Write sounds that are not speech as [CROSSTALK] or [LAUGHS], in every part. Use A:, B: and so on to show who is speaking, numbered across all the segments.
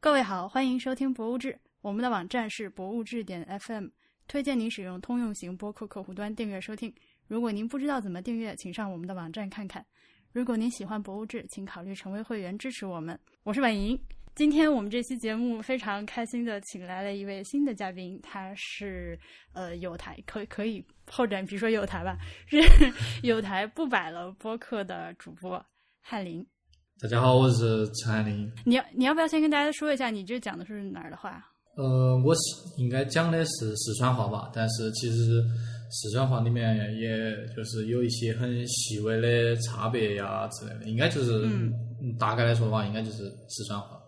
A: 各位好，欢迎收听《博物志》，我们的网站是博物志点 FM，推荐您使用通用型播客客户端订阅收听。如果您不知道怎么订阅，请上我们的网站看看。如果您喜欢《博物志》，请考虑成为会员支持我们。我是婉莹，今天我们这期节目非常开心的请来了一位新的嘉宾，他是呃有台可可以后展，比如说有台吧， [LAUGHS] 是有台不摆了播客的主播翰林。
B: 大家好，我是陈安林。
A: 你要你要不要先跟大家说一下，你这讲的是哪儿的话？
B: 呃，我是应该讲的是四川话吧，但是其实四川话里面也就是有一些很细微的差别呀之类的，应该就是、
A: 嗯
B: 嗯大概来说的话，应该就是四川话。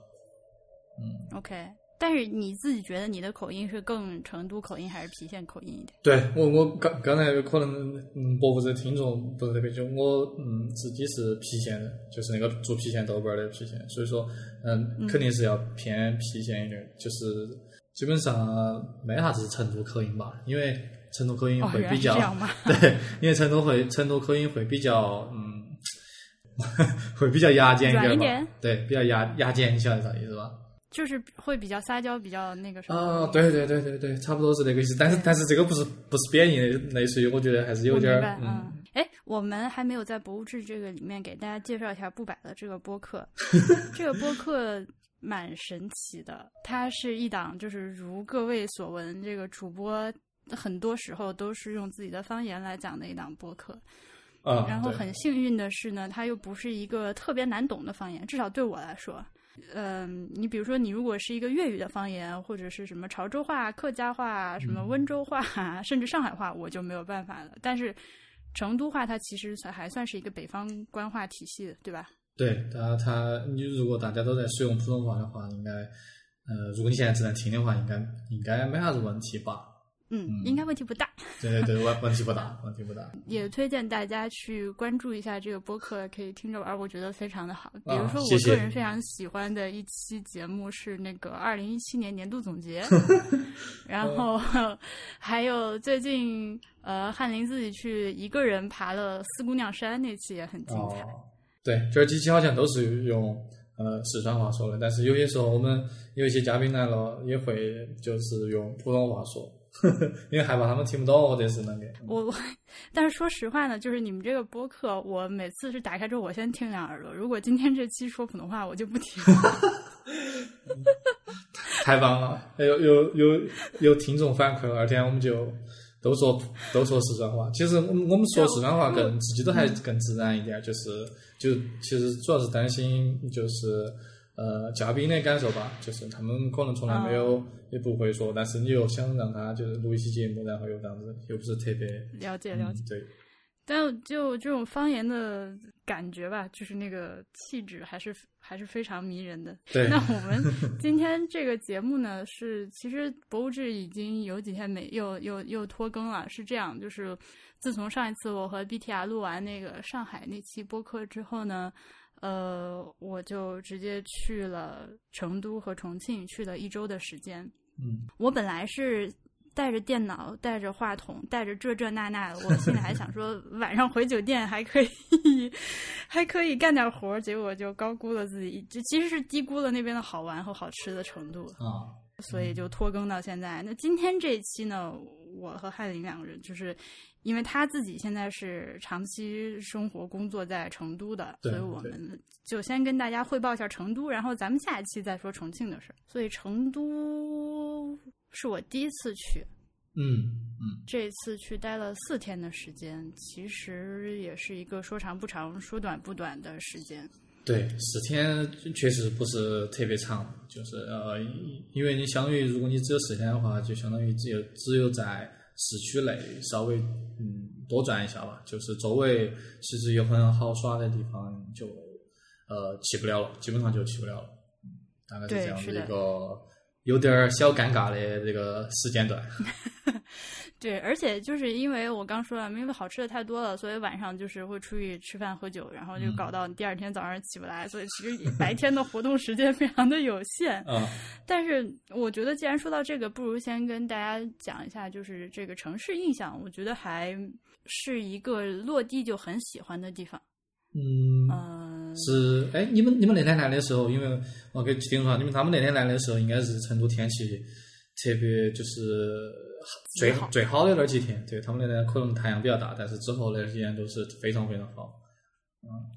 B: 嗯
A: OK，但是你自己觉得你的口音是更成都口音还是郫县口音一点？
B: 对我，我刚刚才可能嗯，博物志的听众不是特别清楚，我嗯自己是郫县人，就是那个做郫县豆瓣儿的郫县，所以说嗯肯定是要偏郫县一点，就是基本上没啥子成都口音吧，因为成都口音
A: 哦，
B: 嗯会
A: 原来
B: 比
A: 是
B: 较、
A: 这样吗？
B: 对，因为成都会成都口音会比较嗯 [LAUGHS] 会比较牙尖
A: 软
B: 一
A: 一
B: 点
A: 点
B: 吧，对，比较牙牙尖，你晓得啥意思吧？
A: [LAUGHS] 就是会比较撒娇，比较那个什么。
B: 啊，对对对对对，差不多是那个意思。但是但是这个不是不是贬义的，类似于我觉得还是有
A: 我
B: 点
A: 明
B: 儿
A: 白，
B: 嗯，
A: 嗯，哎，我们还没有在《博物志》这个里面给大家介绍一下不摆的这个播
B: [LAUGHS]
A: 客，这个播客蛮神奇的，它是一档就是如各位所闻，这个主播很多时候都是用自己的方言来讲的一档播客，
B: 啊，
A: 然后
B: 对
A: 很幸运的是呢，它又不是一个特别难懂的方言，至少对我来说。嗯，你比如说，你如果是一个粤语的方言，或者是什么潮州话、客家话、什么
B: 嗯
A: 温州话， [LAUGHS] 甚至上海话，我就没有办法了。但是成都话，它其实算还算是一个北方官话体系的，对吧？
B: 对，他他你如果大家都在使用普通话的话，应该呃，如果你现在正在听的话，应该应该没啥子问题吧？
A: 嗯，应该问题不大。
B: 对对对，问问题不大，问题不大。
A: 也推荐大家去关注一下这个播客，可以听着玩儿，我觉得非常的好。比如说，
B: 啊谢
A: 我
B: 谢
A: 个人非常喜欢的一期节目是那个二零一七年年度总
B: [LAUGHS]
A: 结，然后 [LAUGHS] 还有最近呃翰林自己去一个人爬了四姑娘山那期也很精彩。
B: 哦，对，这几期好像都是用呃四川话说的，但是有些时候我们有一些嘉宾来了，也会就是用普通话说， [LAUGHS] 因为害怕他们听不懂或者是那个。
A: 我我，但是说实话呢，就是你们这个播客，我每次是打开之后我先听两耳朵，如果今天这期说普通话，我就不听。
B: [LAUGHS] 太棒了！哎有有有有听众反馈了，而且我们就都说都说四川话。其实我们我们说四川
A: 嗯
B: 话更自己都还更自然一点，就是就其实主要是担心就是呃嘉宾的感受吧，就是他们可能从来没
A: 啊
B: 有、也不会说，但是你又想让他就是录一期节目，然后又这样子，又不是特别
A: 了解
B: 嗯
A: 了解。
B: 对
A: 但就这种方言的感觉吧，就是那个气质还是还是非常迷人的。
B: 对
A: 那我们今天这个节目呢，是其实博物志已经有几天没又又又拖更了。是这样，就是自从上一次我和 BTR 录完那个上海那期播客之后呢，呃，我就直接去了成都和重庆，去了一周的时间。
B: 嗯
A: 我本来是带着电脑、带着话筒、带着这这那那的，我心里还想
B: [LAUGHS]
A: 说晚上回酒店还可以，还可以干点活儿，结果就高估了自己，就其实是低估了那边的好玩和好吃的程度，
B: 啊
A: 所以就拖更到现在。那今天这一期呢，我和翰林两个人就是。因为他自己现在是长期生活工作在成都的，
B: 对
A: 所以我
B: 对
A: 们就先跟大家汇报一下成都，然后咱们下一期再说重庆的事儿。所以成都是我第一次去，
B: 嗯
A: 这次去待了四天的时间，其实也是一个说长不长、说短不短的时间。
B: 对，四天确实不是特别长，就是呃，因为你相当于如果你只有四天的话，就相当于只有只有在市区内稍微嗯多转一下吧，就是周围其实有很好耍的地方就呃去不了了，基本上就去不了了，嗯大概是
A: 对
B: 这样
A: 是
B: 的
A: 的
B: 一个有点儿小尴尬的这个时间段。
A: 对，而且就是因为我刚说了，因为好吃的太多了，所以晚上就是会出去吃饭喝酒，然后就搞到第二天早上起不来，所以其实也白天的活动时间 [LAUGHS] 非常的有限。
B: 啊、
A: 但是我觉得，既然说到这个，不如先跟大家讲一下，就是这个城市印象，我觉得还是一个落地就很喜欢的地方。
B: 嗯，
A: 嗯，
B: 是哎，你们你们那天来的时候，因为我给听说，你们他们那天来的时候，应该是成都天气特别就是最
A: 好
B: 最好的那几天，对他们那天可能太阳比较大，但是之后那几天都是非常非常好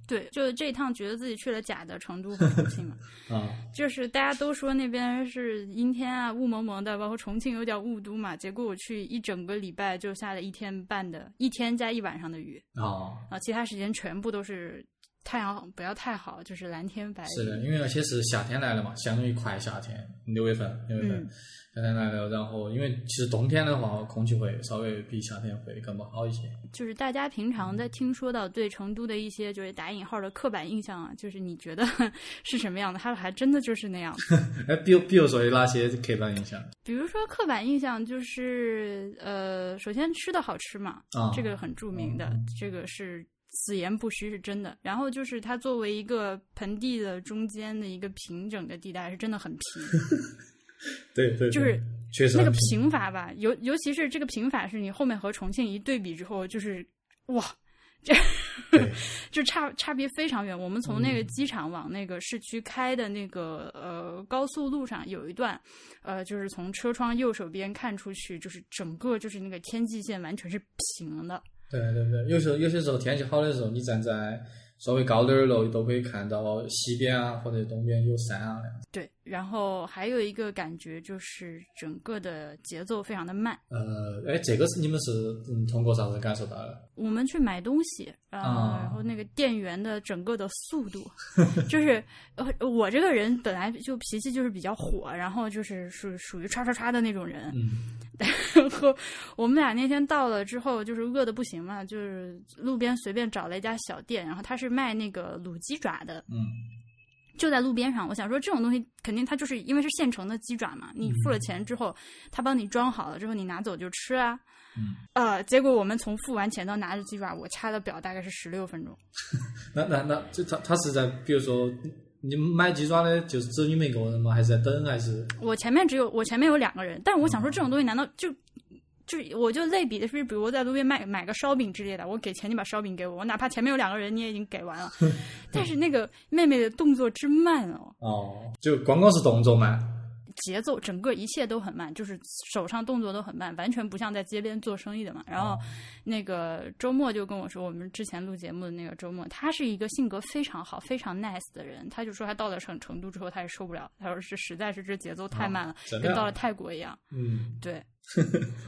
A: 对，就这一趟觉得自己去了假的成都和重庆嘛，
B: 啊，
A: 就是大家都说那边是阴天啊，雾蒙蒙的，包括重庆有点雾都嘛。结果我去一整个礼拜就下了一天半的，一天加一晚上的雨
B: 哦，
A: 啊，其他时间全部都是太阳不要太好，就是蓝天白
B: 是的，
A: 云。
B: 因为而且是夏天来了嘛，相当于快夏天，六月份，六月份、
A: 嗯
B: 夏天来了，然后因为其实冬天的话，空气会稍微比夏天会更不好一些。
A: 就是大家平常在听说到对成都的一些就是打引号的刻板印象啊，就是你觉得 [LAUGHS] 是什么样的，它还真的就是那样子。
B: 哎，比如比如说有哪些刻板印象
A: 比如说刻板印象就是呃，首先吃的好吃嘛，
B: 啊？
A: 这个很著名的，这个是此言不虚，是真的。然后就是它作为一个盆地的中间的一个平整的地带，是真的很平，
B: 对对，对
A: 就是
B: 确实
A: 那个
B: 很平
A: 平法吧，尤尤其是这个平法，是你后面和重庆一对比之后，就是哇，
B: 对
A: [LAUGHS] 就差差别非常远。我们从那个机场往那个市区开的那个呃高速路上有一段，呃，就是从车窗右手边看出去，就是整个就是那个天际线完全是平的。
B: 对对对，有时候有些时候天气好的时候，你站在稍微高点儿的楼，都可以看到西边啊或者东边有山啊那样。
A: 对，然后还有一个感觉就是整个的节奏非常的慢。
B: 呃，哎，这个是你们是嗯通过啥子感受到的？
A: 我们去买东西，然后、
B: 啊
A: 然后那个店员的整个的速度， [LAUGHS] 就是呃，我这个人本来就脾气就是比较火，然后就是属属于刷刷刷的那种人。
B: 嗯，
A: [LAUGHS] 然后我们俩那天到了之后，就是饿的不行嘛，就是路边随便找了一家小店，然后他是卖那个卤鸡爪的，
B: 嗯，
A: 就在路边上。我想说这种东西肯定它就是因为是现成的鸡爪嘛，你付了钱之后，他帮你装好了之后，你拿走就吃啊。
B: 嗯，
A: 呃，结果我们从付完钱到拿着鸡爪，我掐了表大概是十六分钟。
B: 那那那这他他是在比如说你们买鸡爪的，就是只有你们一个人吗？还是在等？还是
A: 我前面只有我前面有两个人，但是我想说这种东西难道就？就是我就类比的是，比如我在路边卖买个烧饼之类的，我给钱你把烧饼给我，我哪怕前面有两个人你也已经给完了，但是那个妹妹的动作之慢哦，
B: 哦，就光光是动作嘛？
A: 节奏整个一切都很慢，就是手上动作都很慢，完全不像在街边做生意的嘛。然
B: 哦
A: 后那个周末就跟我说，我们之前录节目的那个周末，他是一个性格非常好、非常 nice 的人，他就说他到了成成都之后他也受不了，他说是实在是这节奏太慢了，
B: 真的
A: 跟
B: 啊
A: 到了泰国一样。
B: 嗯，
A: 对，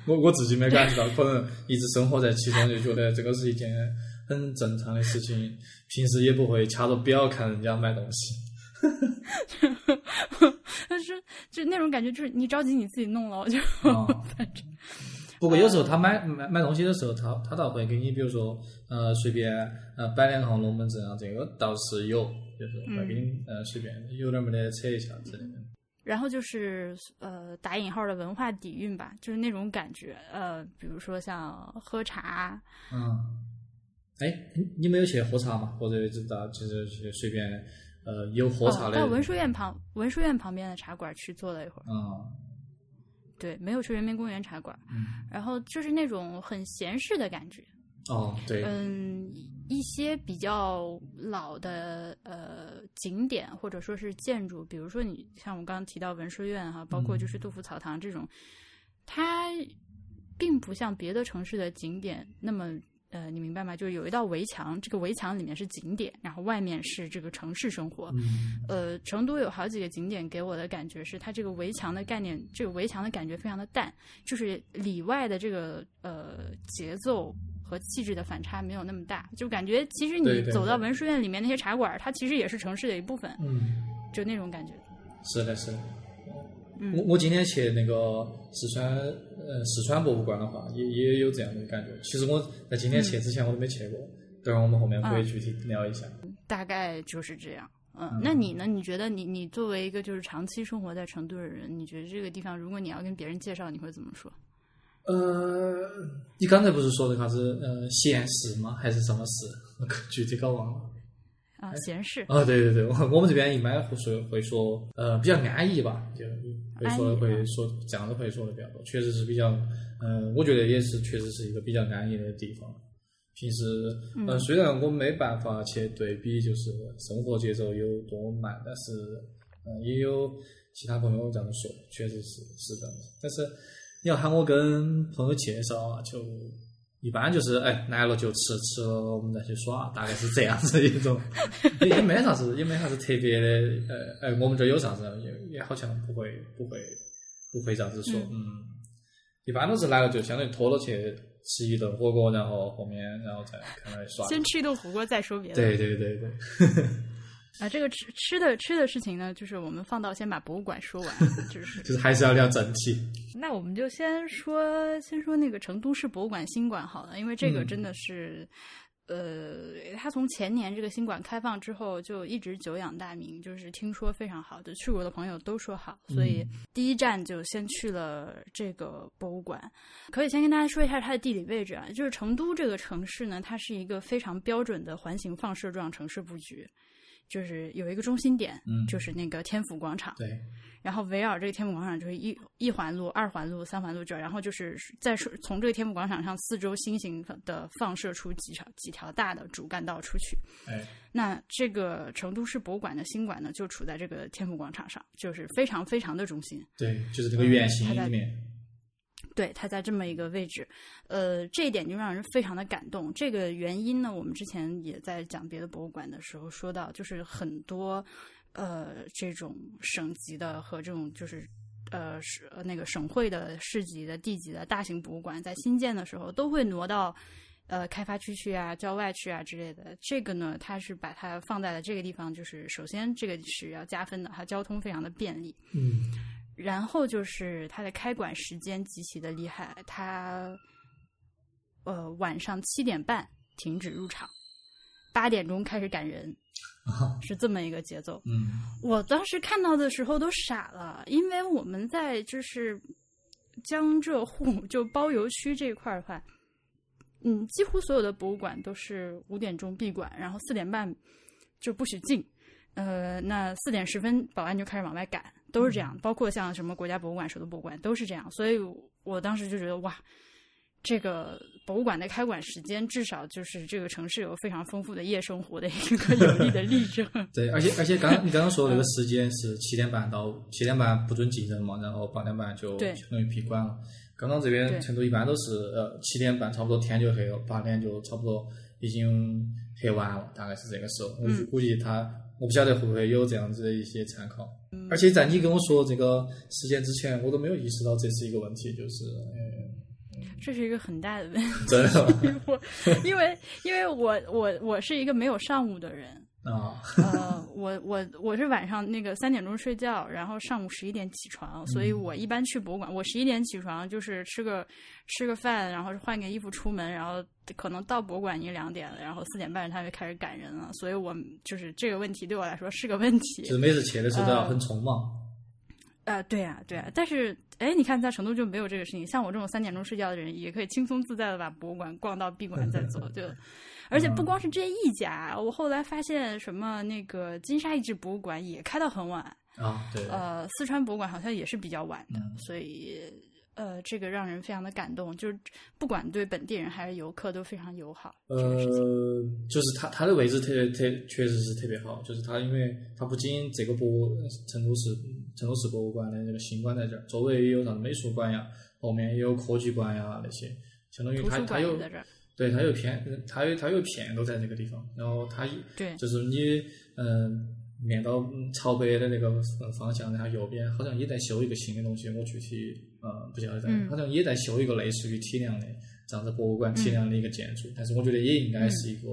B: 我我自己没感觉到，可能一直生活在其中，就觉得这个是一件很正常的事情，平时也不会掐着表看人家买东西。
A: 但是就那种感觉，就是你着急你自己弄了，我就、
B: 啊，不过有时候他买买买东西的时候，他他倒会给你，比如说呃随便呃摆两行龙门阵啊，这个倒是有，就是会给你、呃随便有点没得扯一下之类的。
A: 然后就是呃打引号的文化底蕴吧，就是那种感觉。呃，比如说像喝茶，
B: 嗯，哎，你你们有去喝茶吗？或者知道就是去随便呃有喝茶
A: 哦、
B: 的？
A: 到文殊院旁文殊院旁边的茶馆去坐了一会儿，
B: 嗯
A: 对，没有去人民公园茶馆，
B: 嗯
A: 然后就是那种很闲适的感觉，
B: 哦对，
A: 嗯，一些比较老的呃景点或者说是建筑，比如说你像我刚刚提到文殊院哈、包括就是
B: 嗯
A: 杜甫草堂这种，它并不像别的城市的景点那么。呃，你明白吗？就是有一道围墙，这个围墙里面是景点，然后外面是这个城市生活。
B: 嗯
A: 呃，成都有好几个景点给我的感觉是，它这个围墙的概念，这个围墙的感觉非常的淡，就是里外的这个呃节奏和气质的反差没有那么大，就感觉其实
B: 对
A: 你
B: 对
A: 走到
B: 对
A: 文殊院里面那些茶馆儿，它其实也是城市的一部分，
B: 嗯。
A: 就那种感觉。
B: 是的，是的。
A: 嗯
B: 我我今天去那个四川呃四川博物馆的话，也也有这样的感觉。其实我在今天去之前我都没去过，等会儿我们后面可以具体聊一下。
A: 大概就是这样。嗯，那你呢？你觉得你你作为一个就是长期生活在成都的人，你觉得这个地方，如果你要跟别人介绍，你会怎么说？
B: 呃，你刚才不是说的啥子呃闲适吗？还是什么适？我可具体搞忘了。
A: 啊，闲适，
B: 啊，对对对，我我们这边一般会说会说呃比较安逸吧，就会说
A: 安逸啊
B: 会说这样子会说的比较多，确实是比较嗯、呃我觉得也是确实是一个比较安逸的地方。平时，
A: 嗯
B: 呃，虽然我没办法去对比，就是生活节奏有多慢，但是，嗯、也有其他朋友这样说，确实是是这样的。但是你要喊我跟朋友介绍啊，就一般就是哎来了就吃，吃了我们再去耍，大概是这样子一种，也也没啥子，也没啥子特别的，呃，哎，我们这儿有啥子，也也好像不会不会不会这样子说，嗯一般都是来了就相当于拖了去吃一顿火锅，然后后面然后再看来耍。
C: 先吃一顿火锅再说别的。
B: 对对对对，
A: 啊，这个吃吃的吃的事情呢，就是我们放到先把博物馆说完，就是
B: 就是还是要聊整体。
A: 那我们就先说先说那个成都市博物馆新馆好了，因为这个
B: 嗯
A: 真的是，呃，它从前年这个新馆开放之后就一直久仰大名，就是听说非常好，就去过的朋友都说好，所以
B: 嗯
A: 第一站就先去了这个博物馆。可以先跟大家说一下它的地理位置啊，就是成都这个城市呢，它是一个非常标准的环形放射状城市布局，就是有一个中心点，
B: 嗯
A: 就是那个天府广场。
B: 对，
A: 然后围绕这个天府广场就是一一环路、二环路、三环路这儿，然后就是在从这个天府广场上四周新型的放射出几条几条大的主干道出去。
B: 哎，
A: 那这个成都市博物馆的新馆呢，就处在这个天府广场上，就是非常非常的中心。
B: 对，就是这个圆形里面，
A: 对，它在这么一个位置，呃，这一点就让人非常的感动。这个原因呢，我们之前也在讲别的博物馆的时候说到，就是很多呃这种省级的和这种就是。呃，是呃那个省会的、市级的、地级的大型博物馆，在新建的时候都会挪到呃开发区去啊、郊外去啊之类的。这个呢，它是把它放在了这个地方，就是首先这个是要加分的，它交通非常的便利。
B: 嗯，
A: 然后就是它的开馆时间极其的厉害，它呃晚上七点半停止入场，八点钟开始赶人，
B: 啊，
A: 是这么一个节奏。
B: 嗯，
A: 我当时看到的时候都傻了，因为我们在就是江浙沪就包邮区这一块儿的话，嗯，几乎所有的博物馆都是五点钟闭馆，然后四点半就不许进。呃，那四点十分保安就开始往外赶，都是这样，包括像什么国家博物馆、首都博物馆都是这样。所以我当时就觉得哇。这个博物馆的开馆时间，至少就是这个城市有非常丰富的夜生活的一个 [LAUGHS] 有力的例证。
B: 对，而且而且刚你刚刚说的那个时间是七点半到七点半不准进人嘛，然后八点半就
A: 对
B: 相当于闭馆了。刚刚这
A: 对
B: 边成都一般都是呃七点半差不多天就黑了，八点就差不多已经黑完了，大概是这个时候。我就
A: 嗯
B: 估计他，我不晓得会不会有这样子的一些参考。
A: 嗯
B: 而且在你跟我说这个时间之前，我都没有意识到这是一个问题，就是呃，
A: 这是一个很大的问题。
B: 真
A: [LAUGHS]
B: 的
A: 我因为因为我我我是一个没有上午的人，
B: 啊，
A: 呃，我我我是晚上那个三点钟睡觉，然后上午十一点起床，所以我一般去博物馆，我十一点起床就是吃个吃个饭，然后换个衣服出门，然后可能到博物馆已经两点了，然后四点半他就开始赶人了，所以我就是这个问题对我来说是个问题
B: 就。是每次去的时候都要很匆忙。
A: 嗯啊，对啊，对啊，
B: 嗯
A: 但是，哎，你看在成都就没有这个事情，像我这种三点钟睡觉的人，也可以轻松自在的把博物馆逛到闭馆再
B: [LAUGHS]
A: 走，就，而且
B: 嗯
A: 不光是这一家，我后来发现什么那个金沙遗址博物馆也开到很晚，
B: 啊，对，
A: 呃，四川博物馆好像也是比较晚的，
B: 嗯
A: 所以，呃，这个让人非常的感动，就是不管对本地人还是游客都非常友好，这个事情，
B: 呃，就是它它的位置特别特确实是特别好，就是它因为它不仅这个博物成都市成都市博物馆的这个新馆在这儿，周围也有啥子美术馆呀，后面也有科技馆呀那些，相当于
A: 图
B: 它
A: 书
B: 它
A: 馆
B: 有
A: 也在这儿，
B: 对它有片它有它有片都在这个地方，然后它一
A: 对，
B: 就是你嗯、面到嗯朝北的那个呃方向，然后右边好像也在修一个新的东西，我具体呃不晓得在哪，
A: 嗯
B: 好像也在修一个类似于体量的这样子博物馆体量的一个建筑，但是我觉得也应该是一个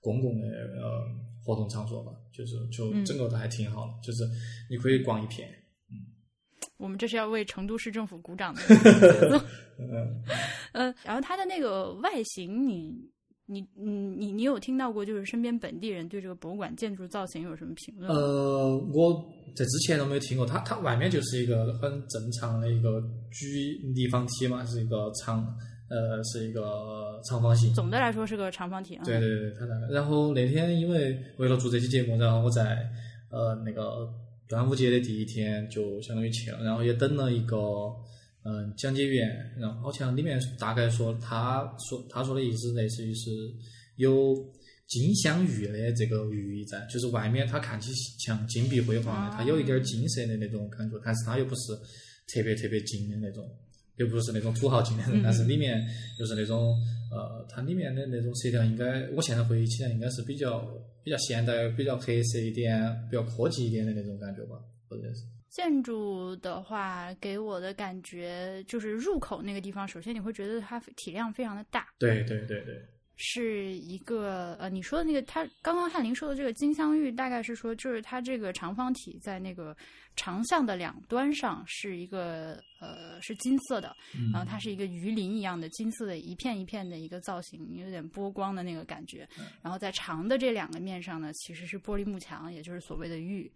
B: 公共的呃活动场所吧，就是就
A: 嗯
B: 整个都还挺好的，就是你可以逛一片，
A: 我们这是要为成都市政府鼓掌的。
B: 嗯，
A: [LAUGHS] 呃，然后它的那个外形你，你你你你有听到过，就是身边本地人对这个博物馆建筑造型有什么评论吗？
B: 呃，我在之前都没有听过，它它外面就是一个很正常的一个居立方体嘛，是一个长呃是一个长方形。
A: 总的来说是个长方体啊。
B: 对对对，他那个。然后那天因为为了做这期节目，然后我在呃那个端午节的第一天就相当于去了，然后也等了一个嗯、嗯讲解员，然后好像里面大概说他说他说的意思类似于是有金镶玉的这个寓意在，就是外面它看起像金碧辉煌的，它有一点金色的那种感觉，但是它又不是特别特别金的那种。又不是那种土豪金的
A: 嗯
B: 人，但是里面就是那种呃，它里面的那种呃色调应该，我现在回忆起来应该是比较比较现代、比较黑色一点、比较科技一点的那种感觉吧，或者是
A: 建筑的话，给我的感觉就是入口那个地方，首先你会觉得它体量非常的大，
B: 对对对对，
A: 是一个呃，你说的那个，它刚刚翰林说的这个金镶玉，大概是说就是它这个长方体在那个长巷的两端上是一个呃是金色的，
B: 嗯
A: 然后它是一个鱼鳞一样的金色的一片一片的一个造型，有点波光的那个感觉。然后在长的这两个面上呢，其实是玻璃幕墙，也就是所谓的玉。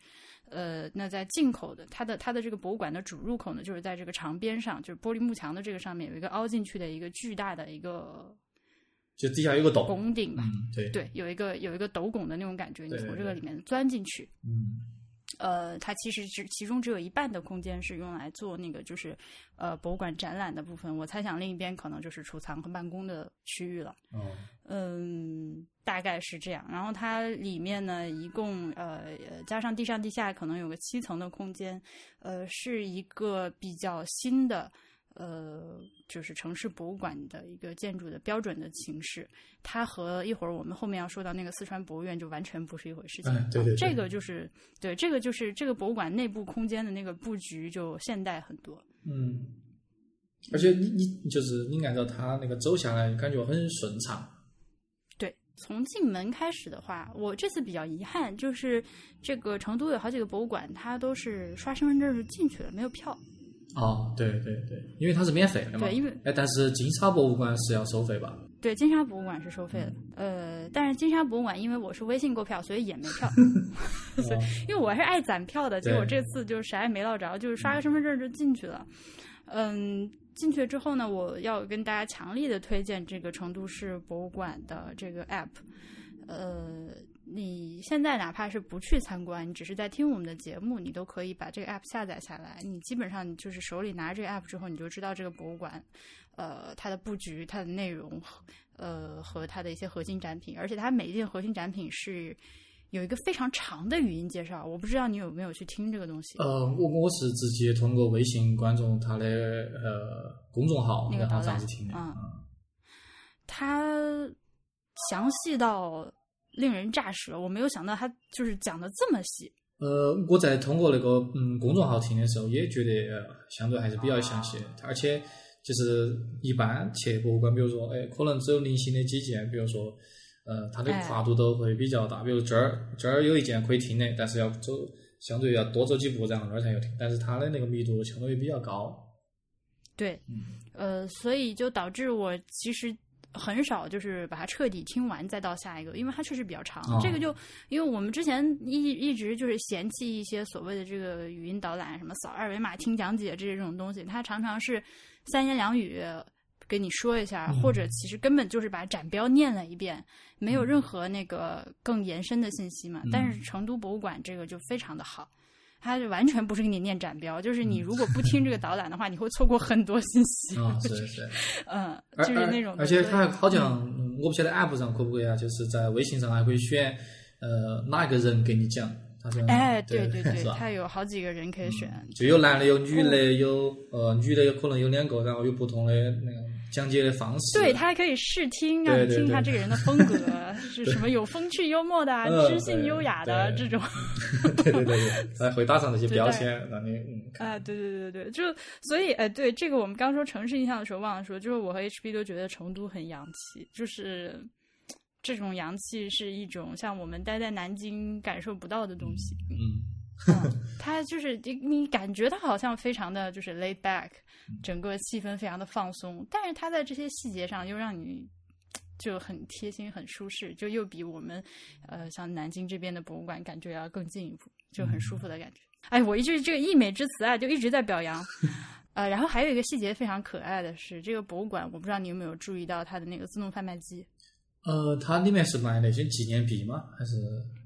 A: 呃，那在进口的它的它的这个博物馆的主入口呢，就是在这个长边上，就是玻璃幕墙的这个上面有一个凹进去的一个巨大的一个
B: 就底下有个洞，
A: 拱顶吧，
B: 嗯，对，
A: 对，有一个有一个斗拱的那种感觉，你
B: 对对
A: 从这个里
B: 对
A: 面钻进去。
B: 嗯
A: 呃，它其实只其中只有一半的空间是用来做那个就是呃博物馆展览的部分，我猜想另一边可能就是储藏和办公的区域了。
B: 哦，
A: 嗯，大概是这样。然后它里面呢，一共呃呃加上地上地下，可能有个七层的空间，呃，是一个比较新的。呃，就是城市博物馆的一个建筑的标准的形式，它和一会儿我们后面要说到那个四川博物院就完全不是一回事情。
B: 哎对对对
A: 这个就是对，这个就是这个博物馆内部空间的那个布局就现代很多。
B: 嗯，而且你你就是你按照它那个走下来，感觉很顺畅，
A: 对，从进门开始的话，我这次比较遗憾，就是这个成都有好几个博物馆，它都是刷身份证就进去了，没有票。
B: 哦，对对对，因为它是免费的嘛，
A: 对因为
B: 哎，但是金沙博物馆是要收费吧？
A: 对，金沙博物馆是收费的，
B: 嗯
A: 呃，但是金沙博物馆因为我是微信购票，所以也没
B: [LAUGHS]
A: 票，
B: 哦
A: 因为我还是爱攒票的，结
B: 对嗯
A: 果这次就啥也没捞着，就是刷个身份证就进去了。嗯，进去之后呢，我要跟大家强力的推荐这个成都市博物馆的这个 app，呃，你现在哪怕是不去参观，你只是在听我们的节目，你都可以把这个 app 下载下来。你基本上你就是手里拿着这个 app 之后，你就知道这个博物馆，呃，它的布局、它的内容，呃，和它的一些核心展品。而且它每一件核心展品是有一个非常长的语音介绍，我不知道你有没有去听这个东西。
B: 呃，我我是直接通过微信关注他的呃公众号，
A: 那个
B: 然后
A: 导
B: 这样
A: 览
B: 子听的。
A: 嗯它详细到令人乍舌，我没有想到它就是讲的这么细。
B: 呃，我在通过那个嗯公众号听的时候，也觉得、呃、相对还是比较详细的，而且就是一般去博物馆，比如说哎，可能只有零星的几件，比如说呃，它的
A: 哎
B: 跨度都会比较大，比如这儿这儿有一件可以听的，但是要走相对要多走几步，然后那儿才有听，但是它的那个密度相对于比较高。
A: 对，呃，所以就导致我其实很少就是把它彻底听完再到下一个，因为它确实比较长。
B: 哦
A: 这个就因为我们之前一一直就是嫌弃一些所谓的这个语音导览，什么扫二维码听讲解这种东西，它常常是三言两语。给你说一下，或者其实根本就是把展标念了一遍，没有任何那个更延伸的信息嘛。但是成都博物馆这个就非常的好，它就完全不是给你念展标，就是
B: 嗯
A: 你如果不听这个导览的话，你会错过很多信息。 [LAUGHS]
B: 啊、是是。
A: 嗯，
B: 而
A: 就是那种的，
B: 而而且
A: 对
B: 它好像、嗯我不晓得 App 上可不可以啊，就是在微信上还可以选呃哪一个人给你讲，他说
A: 哎，
B: 嗯对
A: 对对
B: 是吧？嗯
A: 它有好几个人可以选，
B: 就有男的，有女
A: 嗯
B: 的，有呃女的有可能有两个，然后有不同的那个讲解的方式。
A: 对，它还可以试听，让
B: 对
A: 你
B: 对
A: 听
B: 对
A: 他这个人的风格是什么，有风趣幽默的啊
B: 嗯，
A: 知性优雅的
B: 对
A: 这种。
B: [LAUGHS]
A: [LAUGHS]
B: 对对对对，它会打上这些标签，让你嗯看
A: 啊，对对对对，就所以哎，对这个我们刚说城市印象的时候忘了说，就是我和 HB 都觉得成都很洋气，就是这种洋气是一种像我们待在南京感受不到的东西。
B: 嗯
A: 嗯，它就是你你感觉它好像非常的就是 laid back，整
B: 嗯
A: 个气氛非常的放松，但是它在这些细节上又让你就很贴心、很舒适，就又比我们呃像南京这边的博物馆感觉要更进一步，就很舒服的感觉。哎，我一直这个溢美之词啊，就一直在表
B: [LAUGHS]
A: 扬。呃，然后还有一个细节非常可爱的是，这个博物馆我不知道你有没有注意到它的那个自动贩卖机，
B: 呃，它里面是卖那些纪念币吗？还是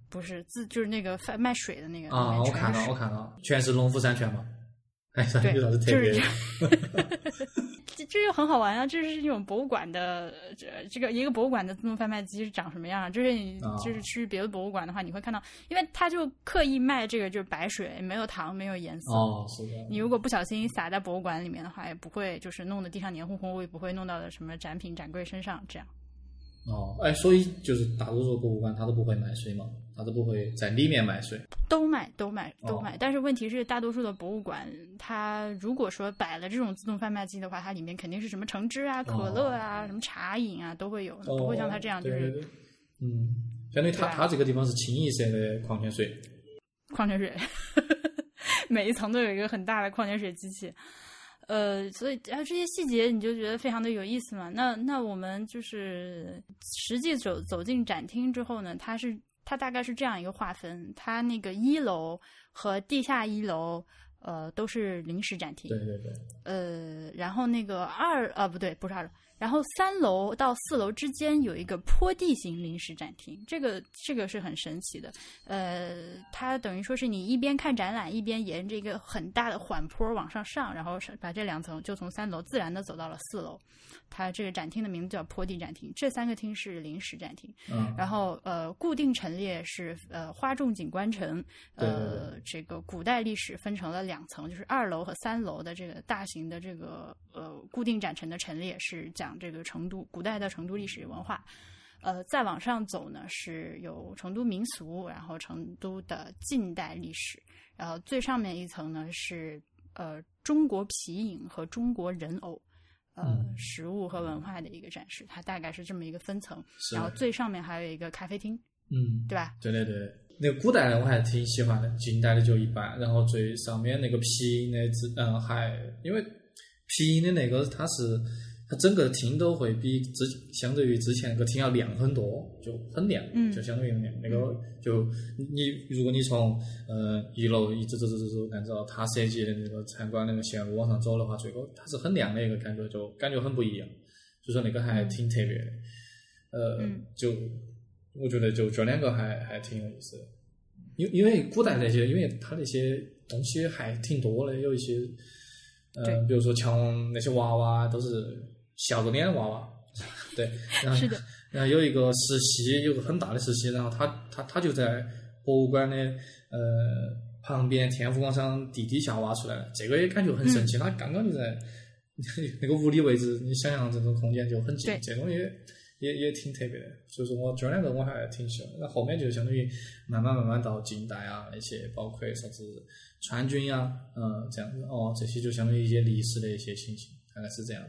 A: 不是自就是那个贩卖水的那个里
B: 啊？
A: 面
B: 我
A: 全
B: 看
A: 是
B: 到我看到，全是农夫山泉嘛， [LAUGHS] 哎，啥
A: 对
B: 有啥子特
A: 就是
B: 别的？
A: 这这就很好玩啊！这是一种博物馆的，这这个一个博物馆的自动贩卖机是长什么样啊？就是你
B: 啊
A: 就是去别的博物馆的话，你会看到，因为它就刻意卖这个就是白水，没有糖，没有颜色。
B: 哦，是的，
A: 你如果不小心洒在博物馆里面的话，也不会就是弄得地上黏糊糊，也不会弄到什么展品展柜身上这样。
B: 哦，哎，所以就是大多数博物馆它都不会卖水嘛，它都不会在里面卖水。
A: 都卖，都卖，都
B: 哦
A: 卖。但是问题是，大多数的博物馆，它如果说摆了这种自动贩卖机的话，它里面肯定是什么橙汁啊、可乐啊、什么茶饮啊都会有，
B: 哦，
A: 不会像它这样就
B: 对对
A: 是
B: 对嗯，相当于它
A: 对啊
B: 它这个地方是清一色的矿泉水。
A: 矿泉水， [LAUGHS] 每一层都有一个很大的矿泉水机器。呃，所以啊，这些细节你就觉得非常的有意思嘛。那那我们就是实际走走进展厅之后呢，它是它大概是这样一个划分，它那个一楼和地下一楼，呃，都是临时展厅
B: 对。对对，
A: 呃，然后那个二啊不对，不是二楼，然后三楼到四楼之间有一个坡地型临时展厅，这个这个是很神奇的。呃，它等于说是你一边看展览，一边沿着一个很大的缓坡往上上，然后是把这两层就从三楼自然的走到了四楼。它这个展厅的名字叫坡地展厅，这三个厅是临时展厅。
B: 嗯，
A: 然后呃，固定陈列是呃花重景观城，呃这个古代历史分成了两层，就是二楼和三楼的这个大型的这个呃固定展陈的陈列是讲这个成都古代的成都历史文化。呃，再往上走呢，是有成都民俗，然后成都的近代历史，然后最上面一层呢是呃中国皮影和中国人偶，呃、
B: 嗯
A: 食物和文化的一个展示，它大概是这么一个分层。
B: 是
A: 然后最上面还有一个咖啡厅，
B: 嗯，
A: 对吧？
B: 对对对，那个古代的我还挺喜欢的，近代的就一般。然后最上面那个皮影的字，嗯，还因为皮影的那个它是它整个厅都会比之相对于之前那个厅要亮很多，就很亮，
A: 嗯
B: 就相当于亮。那个就你如果你从呃一楼一直走走走走，按照它设计的那个参观那个线路往上走的话，最后它是很亮的一个感觉，就感觉很不一样。所以说那个还挺特别的。呃，
A: 嗯
B: 就我觉得就这两个还还挺有意思的，因因为古代那些，因为它那些东西还挺多的，有一些，呃，
A: 对
B: 比如说像那些娃娃都是笑着脸的娃 [LAUGHS] 娃，对，然后
A: 是的，
B: 然后有一个实习，有个很大的实习，然后他他他就在博物馆的呃旁边天府广场地底下挖出来了，这个也感觉很
A: 嗯
B: 神奇。他刚刚就在那个物理位置，你想象这种空间就很近
A: 对，
B: 这种也也也挺特别的。所以说我这两个我还挺喜欢。那后面就相当于慢慢慢慢到近代啊，那些包括啥子川军呀、嗯这样子哦，这些就相当于一些历史的一些情形，大概是这样的。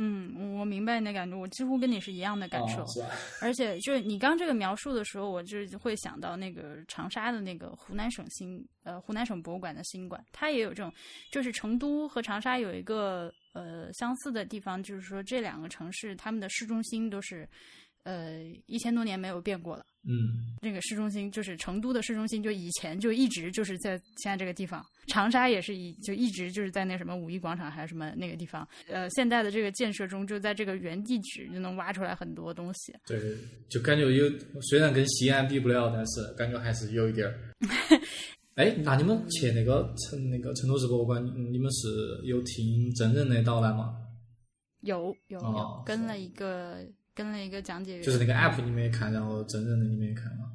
A: 嗯，我我明白你的感觉，我几乎跟你是一样的感受。
B: 哦、是吧？
A: [LAUGHS] 而且就是你刚这个描述的时候，我就是会想到那个长沙的那个湖南省新呃湖南省博物馆的新馆，它也有这种，就是成都和长沙有一个呃相似的地方，就是说这两个城市他们的市中心都是呃一千多年没有变过了。
B: 嗯，
A: 那个市中心就是成都的市中心，就以前就一直就是在现在这个地方，长沙也是一就一直就是在那什么五一广场还是什么那个地方，呃，现在的这个建设中，就在这个原地址就能挖出来很多东西。
B: 对，就感觉有，虽然跟西安比不了，但是感觉还是有一点
A: [LAUGHS]
B: 儿。哎，那你们去那个成那个成都市博物馆，嗯你们是有听真人的导览吗？
A: 有有有，
B: 哦
A: 跟了一个跟了一个讲解员，
B: 就是那个 app 你们也看，然后真人的你们也看吗？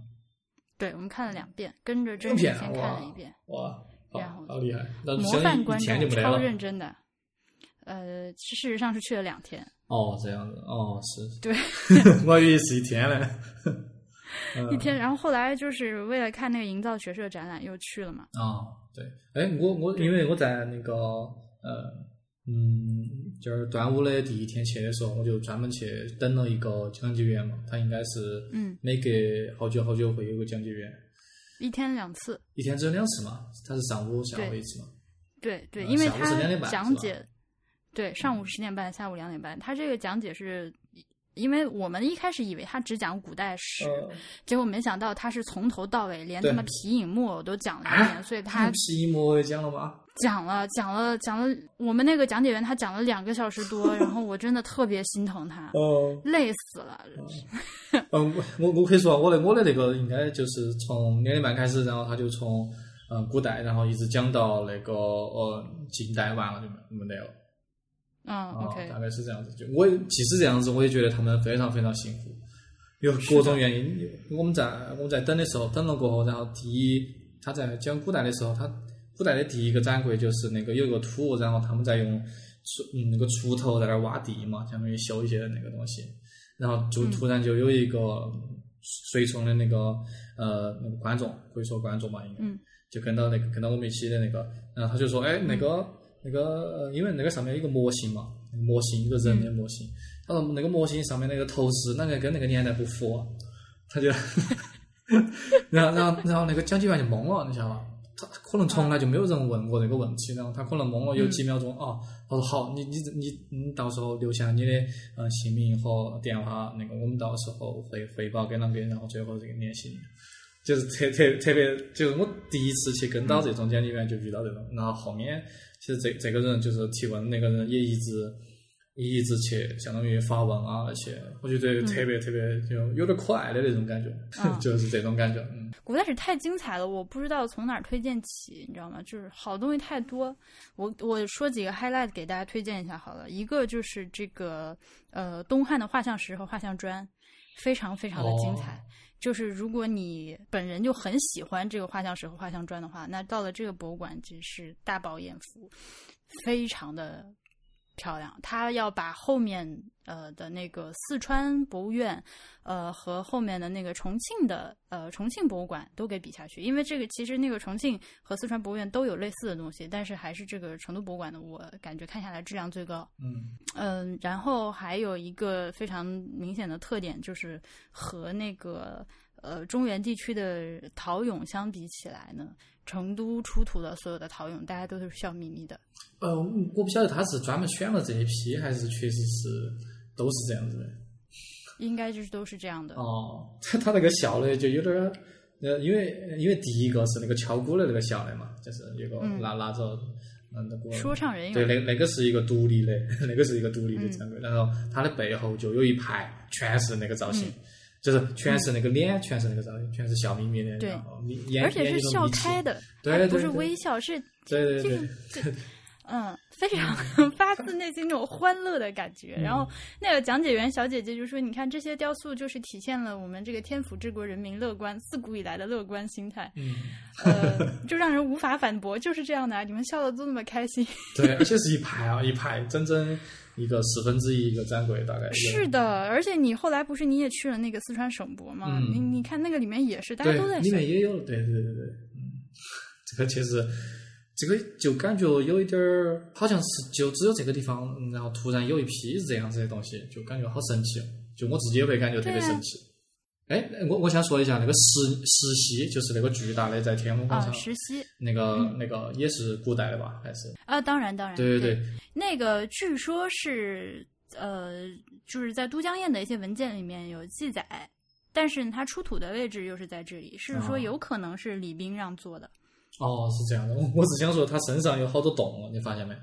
A: 对我们看了两遍，跟着
B: 影
A: 真人
B: 片
A: 先看了一遍，
B: 啊哇，呃好
A: 然后
B: 好厉害！那
A: 模
B: 相当于
A: 范观
B: 一天就
A: 众
B: 没得
A: 超
B: 了。
A: 认真的。呃，事实上是去了两天，
B: 哦，这样子，哦，是。
A: 对。
B: [LAUGHS] 我以为是一天嘞。嗯
A: 一天，然后后来就是为了看那个营造学社展览又去了嘛。
B: 啊，对，哎，我我因为我在那个呃嗯，就是端午的第一天去的时候，我就专门去等了一个讲解员嘛，他应该是
A: 嗯
B: 每隔好久好久会有个讲解员，
A: 一天两次，
B: 一天只有两次嘛，他是上午下午
A: 对
B: 一次嘛，
A: 对对，
B: 呃
A: 因为
B: 下午10点
A: 他
B: 半
A: 讲
B: 是吧嗯
A: 解，对，上午十点半，下午两点半，他这个讲解是。因为我们一开始以为他只讲古代史，
B: 呃，
A: 结果没想到他是从头到尾连
B: 对啊
A: 他妈皮影木偶都讲了一遍，所以他
B: 是一模也讲了吗？
A: 讲了讲了讲了。我们那个讲解员他讲了两个小时
B: [LAUGHS]
A: 多，然后我真的特别心疼他，
B: 哦，
A: 累死了。
B: 呃啊嗯，我我我可以说，我的我的那个应该就是从两点半开始，然后他就从嗯古代，然后一直讲到那个呃近代完了就没没得了。
A: 啊
B: 啊
A: ，OK，
B: 大概是这样子。就我也即使这样子，我也觉得他们非常非常辛苦，有各种原因。我们在呃我们在等的时候，等了过后，然后第一他在讲古代的时候，他古代的第一个掌柜就是那个有一个土，然后他们在用锄嗯那个锄头在那儿挖地嘛，相当于修一些那个东西，然后就
A: 嗯
B: 突然就有一个随从的那个呃那个观众，可以说观众吧，应该。
A: 嗯
B: 就跟到那个跟到我们一起的那个，然后他就说，哎，那个、那个，呃因为那个上面有一个模型嘛，模型一个人的模型，他说那个模型上面那个头饰啷个跟那个年代不符、啊，他就，然后然后然后那个讲解员就懵了，你晓得吧？他可能从来就没有人问过这个问题，然后他可能懵了有几秒钟啊、哦他说好，你你你你到时候留下你的呃姓名和电话，那个我们到时候汇汇报给啷个，然后最后这个联系你。就是特特特别，就是我第一次去跟到这种讲解员就遇到这种，然后后面其实这这个人就是提问那个人也一直也一直去相当于发问啊那些，我觉得特别特别就有点可爱的那种感觉，
A: 嗯啊
B: [LAUGHS] 就是这种感觉，嗯
A: 古代史太精彩了，我不知道从哪儿推荐起，你知道吗？就是好东西太多，我我说几个 highlight 给大家推荐一下好了。一个就是这个呃东汉的画像石和画像砖，非常非常的精彩。
B: 哦
A: 就是如果你本人就很喜欢这个画像石和画像砖的话，那到了这个博物馆真是大饱眼福，非常的漂亮。它要把后面呃的那个四川博物院呃和后面的那个重庆的呃重庆博物馆都给比下去，因为这个其实那个重庆和四川博物院都有类似的东西，但是还是这个成都博物馆的我感觉看下来质量最高。
B: 嗯
A: 嗯，然后还有一个非常明显的特点就是和那个呃中原地区的陶俑相比起来呢，成都出土的所有的陶俑大家都是笑眯眯的。
B: 呃，我不晓得他是专门选了这一批，还是确实是都是这样子的。
A: 应该就是都是这样的，
B: 哦，他他那个笑的就有点儿，呃，因为因为第一个是那个敲鼓的那个笑的嘛，就是有个
A: 嗯
B: 拿拿着嗯那个
A: 说唱人
B: 对，
A: 有
B: 那那个是一个独立 [LAUGHS] 的，那个是一个独立的
A: 嗯
B: 展柜，然后它的背后就有一排全是那个造
A: 嗯
B: 型，就是全是那个脸，全是那个造型，全是笑眯眯的，
A: 对
B: 然后眯眼
A: 而且是笑开，的，
B: 对
A: 它
B: 对
A: 不是
B: 对
A: 微笑，是
B: 眼睛都眯起对对
A: 这
B: 对 [LAUGHS]
A: 个，嗯，非常发自内心那种欢乐的感觉。然
B: 嗯
A: 后那个讲解员小姐姐就说：“你看这些雕塑，就是体现了我们这个天府之国人民乐观自古以来的乐观心态，
B: 嗯，
A: 呃，
B: [LAUGHS]
A: 就让人无法反驳，就是这样的啊！你们笑的都那么开心，
B: 对，而且是一排啊，一排，整整一个四分之一一个展柜，大概
A: [LAUGHS]
B: 有
A: 是的。而且你后来不是你也去了那个四川省博吗？
B: 嗯
A: 你你看那个里面也是，大家
B: 对，
A: 都在
B: 里
A: 笑
B: 面。也有，对对对对，嗯，这个其实这个就感觉有一点儿，好像是就只有这个地方，嗯然后突然有一批这样子的东西，就感觉好神奇哦，就我自己也会感觉特别
A: 对啊
B: 神奇。哎，我我想说一下那个石石溪，就是那个巨大的在天安门广
A: 啊，
B: 场、
A: 石溪
B: 那个、那个也是古代的吧？还是
A: 啊，当然当然，
B: 对
A: 对
B: 对，
A: 那个据说是呃，就是在都江堰的一些文件里面有记载，但是它出土的位置又是在这里，是说
B: 哦
A: 有可能是李冰让做的。
B: 哦是这样的。我我只想说他身上有好多洞哦，你发现没？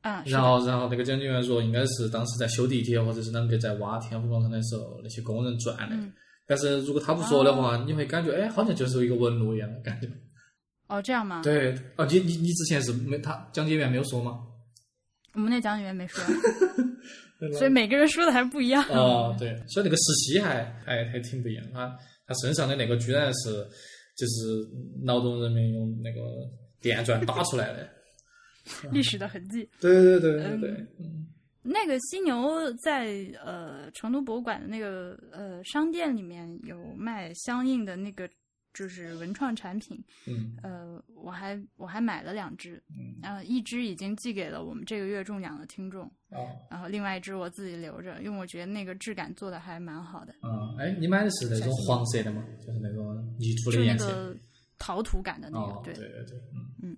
A: 啊，是
B: 然
A: 的，
B: 后，然后那个讲解员说，应该是当时在修地铁或者是啷个在挖天府广场的时候，那些工人转的。
A: 嗯
B: 但是如果他不说的话，你会感觉哎，好像就是一个纹路一样的感觉。
A: 哦，这样吗？
B: 对，哦，你你你之前是没他讲解员没有说吗？
A: 我们那讲解员没
B: [LAUGHS]
A: 说，所以每个人说的还不一样。
B: 哦，对，所以那个实习还还还挺不一样。他他身上的那个居然是就是劳动人民用那个电钻打出来的。
A: 历史的痕迹。
B: [LAUGHS] 对对对对对，嗯
A: 那个犀牛在呃成都博物馆的那个呃商店里面有卖相应的那个就是文创产品，
B: 嗯
A: 呃，我还我还买了两只，呃，一只已经寄给了我们这个月中奖的听众，
B: 哦
A: 然后另外一只我自己留着，因为我觉得那个质感做的还蛮好的，
B: 嗯，哎，你买的是那种黄色的吗？就是那种泥土
A: 就是
B: 的
A: 那
B: 颜色。
A: 个陶土感的那个，
B: 哦，
A: 对
B: 对，对对，嗯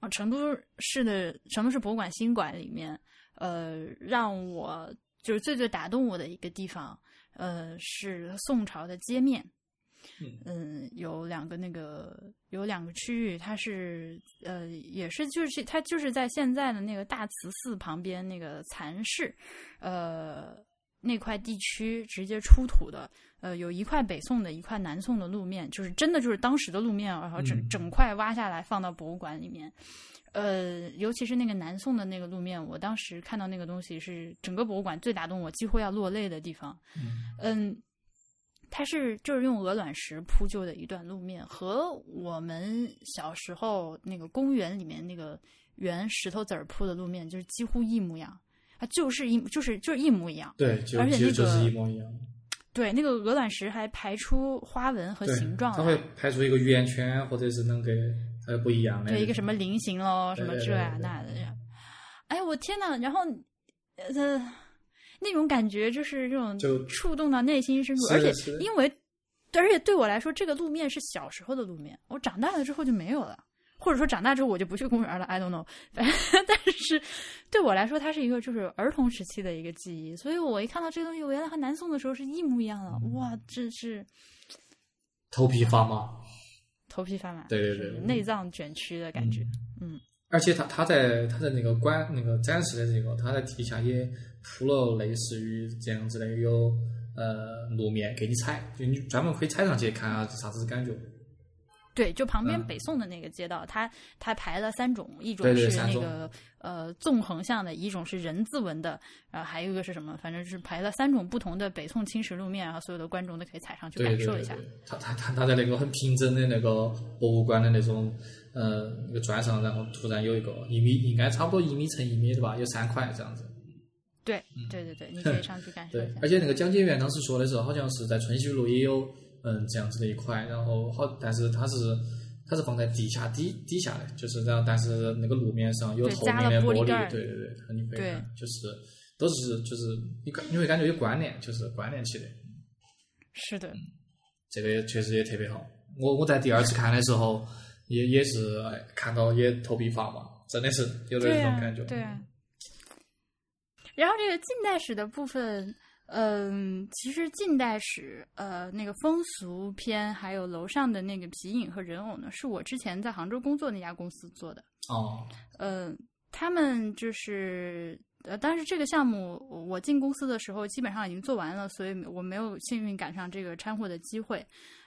A: 啊，成都市的成都市博物馆新馆里面，呃，让我就是最最打动我的一个地方，呃，是宋朝的街面。
B: 嗯
A: 嗯，有两个那个有两个区域，它是呃也是就是它就是在现在的那个大慈寺旁边那个蚕室，呃那块地区直接出土的，呃，有一块北宋的，一块南宋的路面，就是真的就是当时的路面，啊然后整、
B: 嗯
A: 整块挖下来放到博物馆里面。呃，尤其是那个南宋的那个路面，我当时看到那个东西是整个博物馆最打动我，几乎要落泪的地方。
B: 嗯
A: 嗯，它是就是用鹅卵石铺就的一段路面，和我们小时候那个公园里面那个圆石头子儿铺的路面，就是几乎一模一样。啊，就是一就是就是一模一样，
B: 对，就
A: 而且
B: 其实
A: 那个
B: 就是一模一样，
A: 对，那个鹅卵石还排出花纹和
B: 对
A: 形状来
B: 它会排出一个圆圈，或者是能给它不一样的
A: 对一个什么菱形喽，
B: 对
A: 什么这
B: 对对
A: 啊
B: 对
A: 那的。哎，我天呐，然后，呃，那种感觉就是这种
B: 就
A: 触动到内心深处，
B: 是
A: 而且
B: 是
A: 因为，而且对我来说，这个路面是小时候的路面，我长大了之后就没有了。或者说长大之后我就不去公园了，I don't know。反 [LAUGHS] 正但是对我来说，它是一个就是儿童时期的一个记忆，所以我一看到这个东西，我原来和南宋的时候是一模一样的，哇，真是
B: 头皮发麻。
A: 头皮发麻，
B: 对对
A: 就
B: 对嗯
A: 是
B: 对
A: 内脏卷曲的感觉。
B: 而且它它在它在那个观那个展示的这个，它在地下也铺了类似于这样子的有呃路面给你踩，就你专门可以踩上去看下啥子感觉。
A: 对，就旁边
B: 嗯
A: 北宋的那个街道，它它排了三种，一种
B: 对对
A: 是
B: 三
A: 那
B: 种
A: 个呃纵横向的，一种是人字纹的，然后还有一个是什么，反正是排了三种不同的北宋青石路面，然后啊所有的观众都可以踩上去
B: 对
A: 感
B: 对
A: 受
B: 对
A: 一下
B: 对。，它它它它在那个很平整的那个博物馆的那种呃那个砖上，然后突然有一个一米，应该差不多一米乘一米的吧，有三块这样子。
A: 对对
B: [LAUGHS]
A: 对对，你可以上去感受
B: 嗯对
A: 一下，
B: 而。且那个讲解员当时说的时候，好像是在春熙路也有嗯这样子的一块，然后好，但是它是它是放在地下底底下的，就是然后但是那个路面上有
A: 对
B: 透
A: 加
B: 明
A: 了
B: 的
A: 玻璃
B: 璃，
A: 盖儿
B: 对对对，它你会
A: 对
B: 看，就是都是就是你感你会感觉有关联，就是关联起的，
A: 是
B: 嗯
A: 的，
B: 这个确实也特别好。我我在第二次看的时候，也也是哎看到也头皮发麻，真的是有点
A: 对
B: 这种
A: 啊
B: 感觉，嗯
A: 对啊。 [LAUGHS] 然后这个近代史的部分，嗯，其实近代史，呃，那个风俗篇，还有楼上的那个皮影和人偶呢，是我之前在杭州工作那家公司做的。
B: 哦，
A: 呃，他们就是呃，但是这个项目我我进公司的时候基本上已经做完了，所以我没有幸运赶上这个掺和的机会。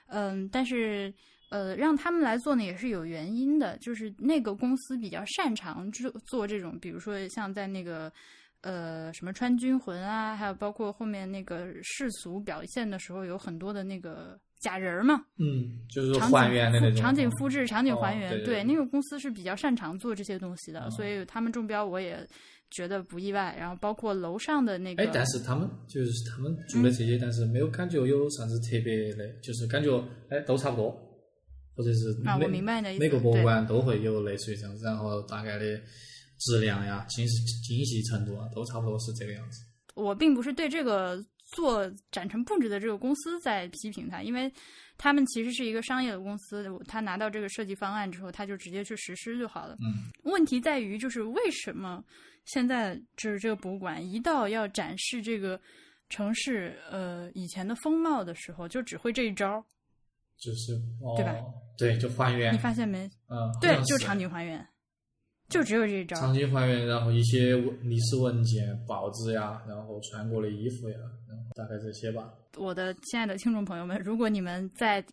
A: 嗯、但是呃，让他们来做呢也是有原因的，就是那个公司比较擅长做做这种，比如说像在那个。呃，什么穿军魂啊，还有包括后面那个世俗表现的时候，有很多的那个假人儿嘛，
B: 嗯，就是说
A: 场
B: 还
A: 景
B: 原的
A: 复
B: 那种
A: 场景复制、场景
B: 哦
A: 还原，
B: 对对对
A: 那个公司是比较擅长做这些东西的，
B: 嗯
A: 所以他们中标我也觉得不意外。然后包括楼上的那个，
B: 哎，但是他们就是他们做的这些，但是没有感觉有啥子特别的，就是感觉哎都差不多，或者是
A: 啊，
B: 每
A: 我明白你的意思，
B: 每个博物
A: 对
B: 馆都会有类似于这样子，然后大概的质量呀、精细精细程度啊，都差不多是这个样子。
A: 我并不是对这个做展陈布置的这个公司在批评他，因为他们其实是一个商业的公司，他拿到这个设计方案之后，他就直接去实施就好了。
B: 嗯，
A: 问题在于就是为什么现在就是这个博物馆一到要展示这个城市呃以前的风貌的时候，就只会这一招儿，
B: 就是哦，
A: 对吧
B: 对就还原
A: 你，发现没？
B: 嗯，好
A: 对，
B: 像
A: 就是场景还原，就只有这一招儿。
B: 场景还原，然后一些文历史文件、报纸呀，然后穿过的衣服呀，然后大概这些吧。
A: 我的亲爱的听众朋友们，如果你们在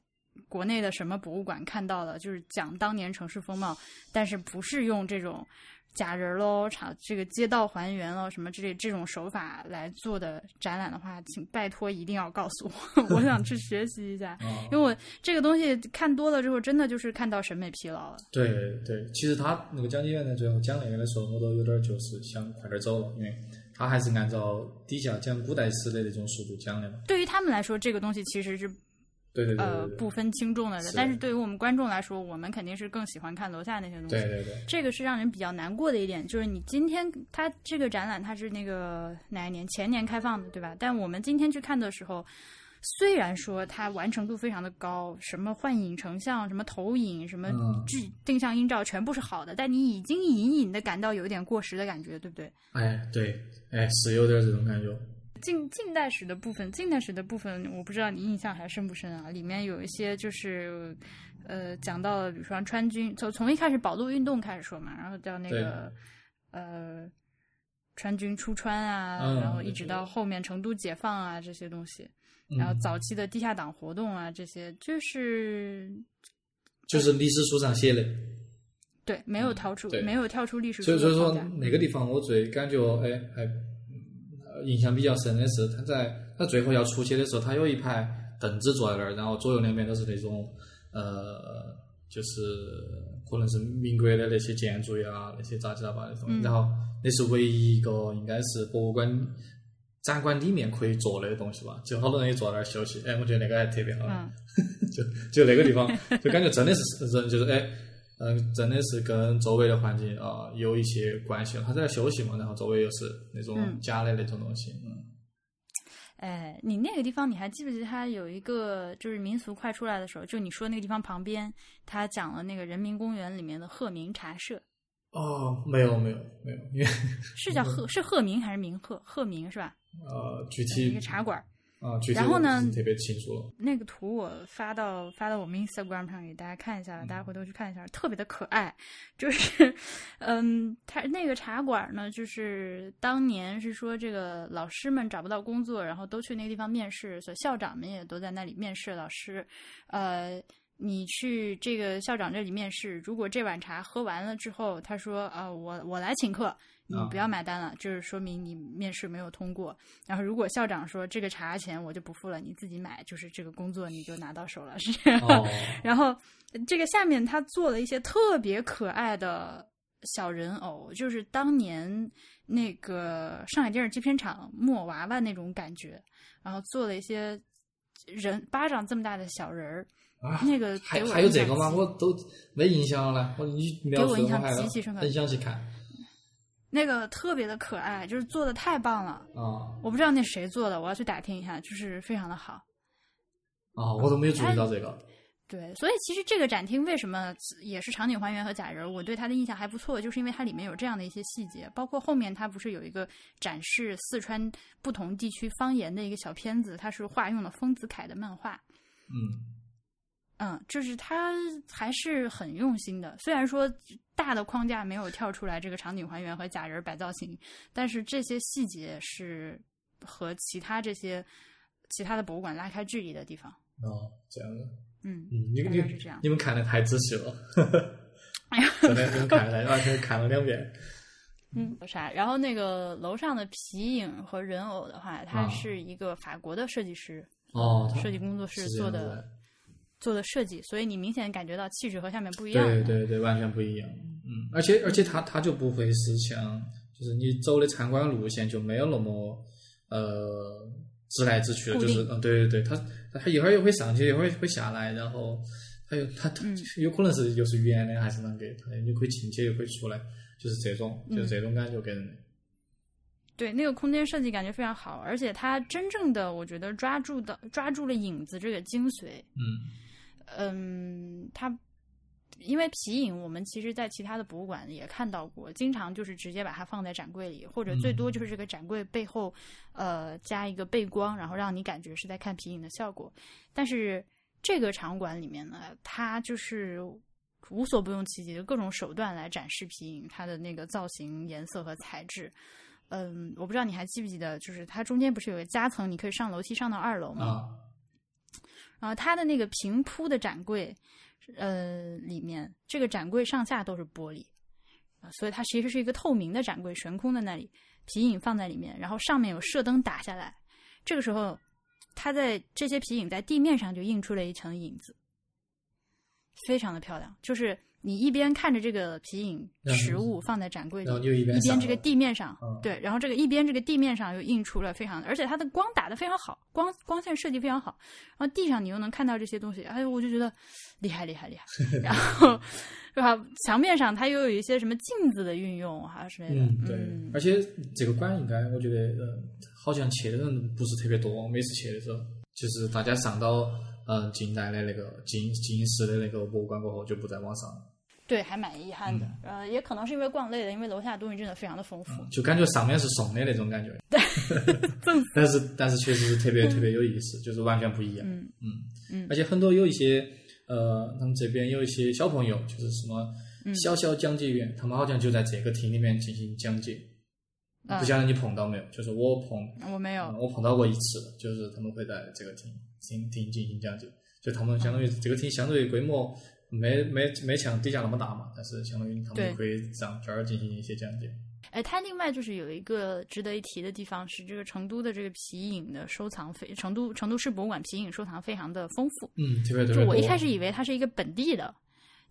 A: 国内的什么博物馆看到了，就是讲当年城市风貌，但是不是用这种假人儿喽、场这个街道还原喽什么之类这种手法来做的展览的话，请拜托一定要告诉我，我 [LAUGHS] 想去学习一下。
B: 啊、
A: 因为我这个东西看多了之后，真的就是看到审美疲劳了。
B: 对对，其实他那个讲解员在最后讲那个的时候，我都有点儿就是想快点儿走了，因为他还是按照底下讲古代史的那种速度讲的嘛。
A: 对于他们来说，这个东西其实是
B: 对对对
A: 呃
B: 对
A: 不分轻重的，
B: 是
A: 但是对于我们观众来说，我们肯定是更喜欢看楼下那些东西。
B: 对对对对，
A: 这个是让人比较难过的一点，就是你今天它这个展览它是那个哪一年前年开放的，对吧？但我们今天去看的时候，虽然说它完成度非常的高，什么幻影成像、什么投影、什么
B: 嗯
A: 具定向音照全部是好的，但你已经隐隐的感到有一点过时的感觉，对不对？
B: 哎对哎是有点儿这种感觉。
A: 近近代史的部分，近代史的部分，我不知道你印象还深不深啊？里面有一些就是，呃，讲到了，比如说川军，从从一开始保路运动开始说嘛，然后到那个，呃，川军出川啊，
B: 嗯
A: 然后一直到后面成都解放啊这些东西，然后
B: 嗯
A: 早期的地下党活动啊这些，就是
B: 就是历史书上写的。
A: 对没有逃出
B: 嗯对，
A: 没有跳出历史
B: 所
A: 书
B: 以所以
A: 的
B: 说
A: 框架。
B: 哪个地方我最感觉哎还呃印象比较深的是，他在他最后要出去的时候，他有一排凳子坐在那儿，然后左右两边都是那种呃，就是可能是民国的那些建筑呀，那些杂七杂八的东西。
A: 嗯
B: 然后那是唯一一个应该是博物馆展馆里面可以坐的东西吧，就好多人也坐在那儿休息。哎，我觉得那个还特别好。
A: 嗯，
B: 就就那个地方，就感觉真的是人就是哎，嗯，真的是跟周围的环境啊、有一些关系。他在那休息嘛，然后周围又是那种
A: 嗯
B: 假的那种东西，嗯，
A: 哎，你那个地方你还记不记得？它有一个就是民俗快出来的时候，就你说那个地方旁边，他讲了那个人民公园里面的鹤鸣茶社，
B: 哦，没有没有没有，因为
A: 是叫鹤是鹤鸣还是鸣鹤？鹤鸣是吧？
B: 呃具
A: 一
B: 体
A: 个茶馆儿。
B: 啊、具
A: 嗯
B: 体
A: 然后呢
B: 我不是特别清楚
A: [LAUGHS]
B: 了，
A: 那个图我发到发到我们 Instagram 上给大家看一下吧，大家回头去看一下，特别的可爱。就是， [LAUGHS] 嗯，他那个茶馆呢，就是当年是说这个老师们找不到工作，然后都去那个地方面试，所以校长们也都在那里面试老师。呃，你去这个校长这里面试，如果这碗茶喝完了之后，他说啊、我我来请客。你
B: 啊
A: 不要买单了，就是说明你面试没有通过。然后如果校长说这个茶钱我就不付了，你自己买，就是这个工作你就拿到手了，是这样。
B: 哦，
A: 然后呃这个下面他做了一些特别可爱的小人偶，就是当年那个上海电视制片厂木偶娃娃那种感觉，然后做了一些人巴掌这么大的小人儿，
B: 啊
A: 那个给
B: 还
A: 我
B: 还有
A: 印
B: 这
A: 象
B: 个吗？
A: 极
B: 我都没印象了，我你描
A: 给我
B: 述
A: 印象
B: 还
A: 极其深刻
B: 很想去看
A: 那个特别的可爱，就是做的太棒了。
B: 啊
A: 我不知道那谁做的，我要去打听一下，就是非常的好。
B: 啊，我都没有注意到这
A: 哎
B: 个，
A: 对，所以其实这个展厅为什么也是场景还原和假人，我对它的印象还不错，就是因为它里面有这样的一些细节，包括后面它不是有一个展示四川不同地区方言的一个小片子，它是化用了丰子恺的漫画，
B: 嗯
A: 嗯，就是它还是很用心的，虽然说大的框架没有跳出来这个场景还原和假人摆造型，但是这些细节是和其他这些其他的博物馆拉开距离的地方，
B: 哦这样子，
A: 嗯， [LAUGHS]
B: 嗯，你
A: 大
B: 你
A: 概是这样。
B: 你们看的太仔细了，
A: 哎呀，
B: 真的你们看了，而且看了两遍。
A: 嗯，有啥？然后那个楼上的皮影和人偶的话，它是一个法国的设计师
B: 啊哦他
A: 设计工作室
B: 是这
A: 做
B: 样子
A: 的
B: 的
A: 做的设计，所以你明显感觉到气质和下面不一样。
B: 对，对对，完全不一样。嗯，而且而且它它就不会是像，就是你走的参观路线就没有那么呃直来直去了，
A: 固
B: 就是
A: 定
B: 嗯，对对对，它它一会儿又会上去，一会儿又会下来，然后它又它它
A: 嗯
B: 有可能是又是圆的还是啷个，它你可以进去又可以出来，就是这种，
A: 嗯
B: 就是这种感觉给人。
A: 对，那个空间设计感觉非常好，而且它真正的我觉得抓住的抓住了影子这个精髓。
B: 嗯
A: 嗯，它因为皮影，我们其实在其他的博物馆也看到过，经常就是直接把它放在展柜里，或者最多就是这个展柜背后呃加一个背光，然后让你感觉是在看皮影的效果。但是这个场馆里面呢，它就是。无所不用其极，各种手段来展示皮影它的那个造型、颜色和材质。嗯，我不知道你还记不记得，就是它中间不是有个夹层，你可以上楼梯上到二楼吗？
B: 啊
A: 然后它的那个平铺的展柜，呃，里面这个展柜上下都是玻璃，啊所以它其实是一个透明的展柜，悬空的那里，皮影放在里面，然后上面有射灯打下来，这个时候，它在这些皮影在地面上就映出了一层影子，非常的漂亮，就是。你一边看着这个皮影
B: 然后
A: 实物放在展柜里
B: 然后，就一边
A: 一边
B: 上
A: 这个
B: 楼
A: 地面上，
B: 嗯
A: 对，然后这个一边这个地面上又映出了非常，而且它的光打得非常好，光光线设计非常好，然后地上你又能看到这些东西，哎呦，我就觉得厉害厉害
B: [LAUGHS]
A: 厉害。然后，然后墙面上它又有一些什么镜子的运用啊之类的，
B: 嗯，对，
A: 嗯
B: 而且这个馆应该，我觉得，呃，好像去的人不是特别多。每次去的时候，就是大家上到嗯、呃近代的那个近近世的那个博物馆过后，就不再往上了，
A: 对，还蛮遗憾的。
B: 嗯
A: 呃，也可能是因为逛累了，因为楼下的东西真的非常的丰富。
B: 就感觉上面是送的那种感觉。
A: [LAUGHS]
B: 但是但是确实是特别特别有意思，就是完全不一样。
A: 嗯嗯
B: 而且很多有一些呃，他们这边有一些小朋友，
A: 嗯
B: 就是什么小小讲解员，他们好像就在这个厅里面进行讲解。
A: 嗯
B: 不晓得你碰到没有，就是我碰
A: 我没有
B: 嗯，我碰到过一次，就是他们会在这个厅厅厅进行讲解，就他们相当于这个厅相对规模没没没像底下那么大嘛，但是相当于他
A: 对
B: 们可以让这儿进行一些讲解。
A: 哎，它另外就是有一个值得一提的地方是，这个成都的这个皮影的收藏非成都成都市博物馆皮影收藏非常的丰富。
B: 嗯，特别特
A: 就
B: 别
A: 我一
B: 多
A: 开始以为它是一个本地的，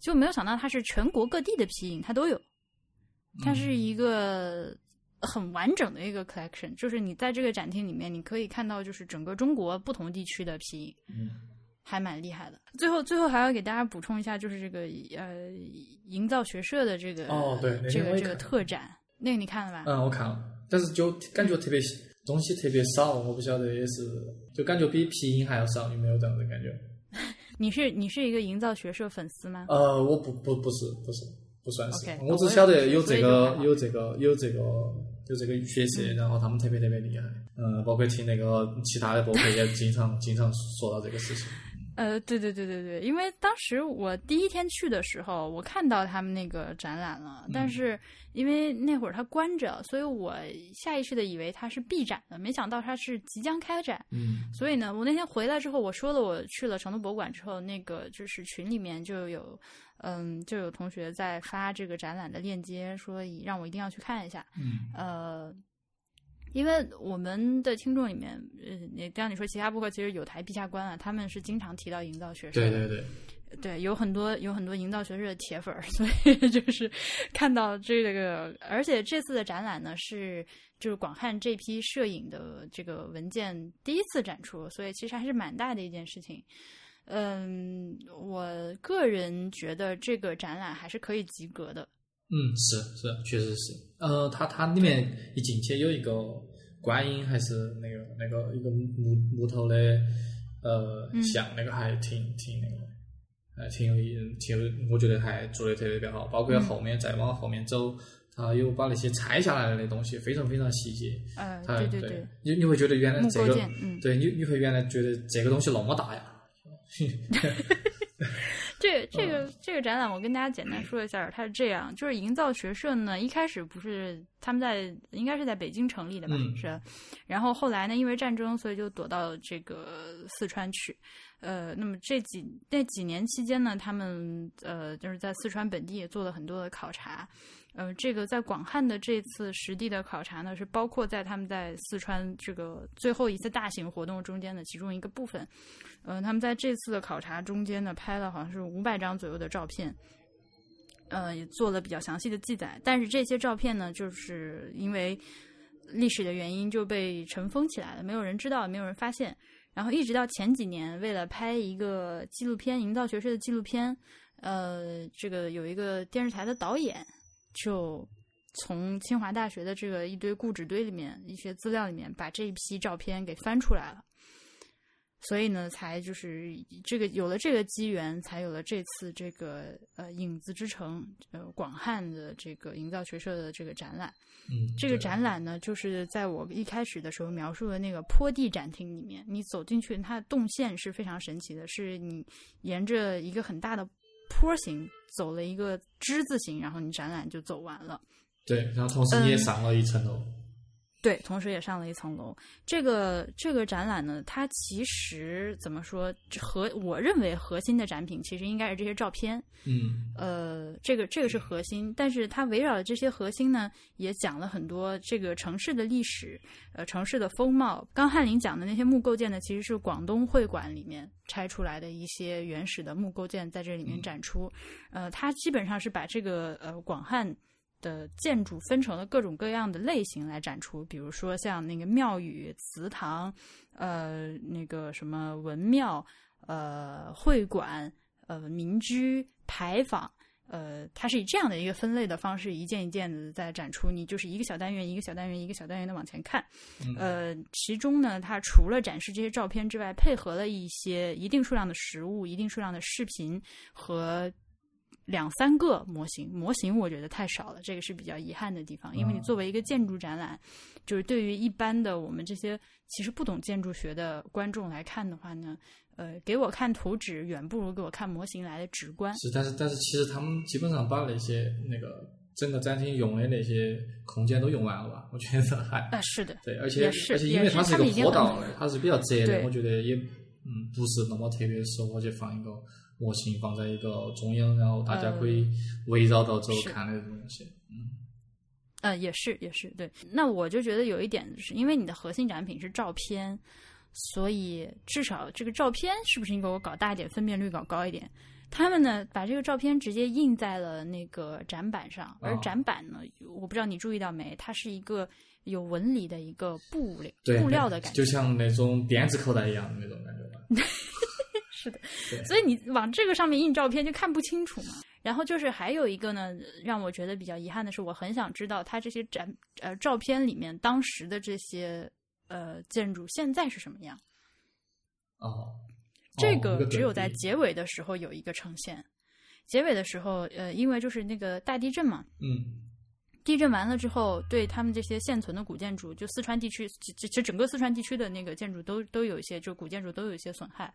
A: 就没有想到它是全国各地的皮影，它都有。它是
B: 嗯
A: 一个很完整的一个 collection，就是你在这个展厅里面，你可以看到就是整个中国不同地区的皮影。
B: 嗯
A: 还蛮厉害的。最后，最后还要给大家补充一下，就是这个呃，营造学社的这个
B: 哦对那
A: 这
B: 天我
A: 个
B: 也
A: 这个
B: 看了
A: 特展，那个你看了吧？
B: 嗯，我看了，但是就感觉特别东西特别少，我不晓得也是，就感觉比皮影还要少，有没有这样的感觉？
A: 你是你是一个营造学社粉丝吗？
B: 呃，我不不不是不是不算是
A: OK，
B: 我
A: 我
B: 只
A: 也
B: 晓
A: 不
B: 得
A: 是
B: 有
A: 所
B: 这
A: 以就
B: 个
A: 还好嗯
B: 有这个有这个有这个学社，然后他们特别特别厉害。嗯，包括听那个其他的博客也经常经常说到这个事情。
A: 呃，对对对对对，因为当时我第一天去的时候，我看到他们那个展览了，但是因为那会儿它关着，所以我下意识的以为它是闭展的，没想到它是即将开展。
B: 嗯
A: 所以呢，我那天回来之后，我说了我去了成都博物馆之后，那个就是群里面就有，嗯，就有同学在发这个展览的链接，说以让我一定要去看一下。
B: 嗯
A: 呃，因为我们的听众里面，呃，你刚刚你说其他博客其实有台陛下观啊，他们是经常提到营造学社的，
B: 对对对，
A: 对，有很多有很多营造学社的铁粉儿， [LAUGHS] 所以就是看到这个，而且这次的展览呢是就是广汉这批摄影的这个文件第一次展出，所以其实还是蛮大的一件事情。嗯，我个人觉得这个展览还是可以及格的。
B: 嗯是是确实是。呃，它它里面一进去有一个观音还是那个那个一个木木头的呃
A: 嗯
B: 像，那个还挺挺那个。还挺有意，挺有，我觉得还做的特别好，包括
A: 嗯
B: 后面再往后面走，它有把那些拆下来的东西非常非常细节，
A: 呃，
B: 它
A: 对对
B: 嗯对
A: 对，，
B: 你你会觉得原来
A: 木
B: 这
A: 构
B: 个
A: 件，嗯，
B: 对你你会原来觉得这个东西那么大呀，
A: 这这个这个展览，我跟大家简单说一下，它是这样，就是营造学社呢，一开始不是他们在应该是在北京成立的吧，
B: 嗯
A: 是，然后后来呢，因为战争，所以就躲到这个四川去。呃，那么这几那几年期间呢，他们呃就是在四川本地也做了很多的考察。呃，这个在广汉的这次实地的考察呢，是包括在他们在四川这个最后一次大型活动中间的其中一个部分。嗯、他们在这次的考察中间呢，拍了好像是五百张左右的照片，呃，也做了比较详细的记载。但是这些照片呢，就是因为历史的原因就被尘封起来了，没有人知道，没有人发现。然后一直到前几年，为了拍一个纪录片，营造学士的纪录片，呃，这个有一个电视台的导演就从清华大学的这个一堆固纸堆里面、一些资料里面，把这一批照片给翻出来了。所以呢，才就是这个有了这个机缘，才有了这次这个呃影子之城呃广汉的这个营造学社的这个展览。
B: 嗯，
A: 这个
B: 对
A: 展览呢，就是在我一开始的时候描述的那个坡地展厅里面，你走进去，它的动线是非常神奇的，是你沿着一个很大的坡形走了一个之字形，然后你展览就走完了。
B: 对，然后同
A: 嗯
B: 时你也上了一层楼，
A: 对，同时也上了一层楼。这个这个展览呢，它其实怎么说，核我认为核心的展品其实应该是这些照片，
B: 嗯
A: 呃，这个这个是核心，但是它围绕着这些核心呢，也讲了很多这个城市的历史，呃，城市的风貌。刚翰林讲的那些木构件呢，其实是广东会馆里面拆出来的一些原始的木构件，在这里面展出。呃，它基本上是把这个呃广汉的建筑分成了各种各样的类型来展出，比如说像那个庙宇、祠堂，呃，那个什么文庙，呃，会馆，呃，民居、牌坊。呃，它是以这样的一个分类的方式，一件一件的在展出。你就是一个小单元一个小单元一个小单元的往前看。
B: 嗯
A: 呃，其中呢，它除了展示这些照片之外，配合了一些一定数量的实物、一定数量的视频和两三个模型。模型我觉得太少了，这个是比较遗憾的地方。因为你
B: 嗯
A: 作为一个建筑展览，就是对于一般的我们这些其实不懂建筑学的观众来看的话呢，呃，给我看图纸远不如给我看模型来的直观。
B: 是，但是但是其实他们基本上把那些那个整个展厅用的那些空间都用完了吧？我觉得还
A: 啊，是的，
B: 对，而且
A: 也是
B: 而且因为它
A: 也是
B: 是
A: 他们
B: 一
A: 已经
B: 个坡
A: 很
B: 道的，它是比较窄的
A: 对，
B: 我觉得也嗯不是那么特别适合去放一个模型放在一个中央，然后大家可以围绕到走
A: 嗯是
B: 看的东西。
A: 嗯，也是也是对。那我就觉得有一点，就是因为你的核心展品是照片，所以至少这个照片是不是你给我搞大一点，分辨率搞高一点？他们呢，把这个照片直接印在了那个展板上，而
B: 哦
A: 展板呢，我不知道你注意到没，它是一个有纹理的一个布料
B: 对，
A: 布料的感觉，
B: 就像那种电子口袋一样的那种感觉吧。
A: 所以你往这个上面印照片就看不清楚嘛。然后就是还有一个呢，让我觉得比较遗憾的是，我很想知道它这些展呃照片里面当时的这些呃建筑现在是什么样。
B: 哦，
A: 这
B: 哦一个
A: 只有
B: 对
A: 在
B: 比
A: 结尾的时候有一个呈现。结尾的时候，呃，因为就是那个大地震嘛，
B: 嗯
A: 地震完了之后，对他们这些现存的古建筑，就四川地区，其实整个四川地区的那个建筑都都有一些，就古建筑都有一些损害。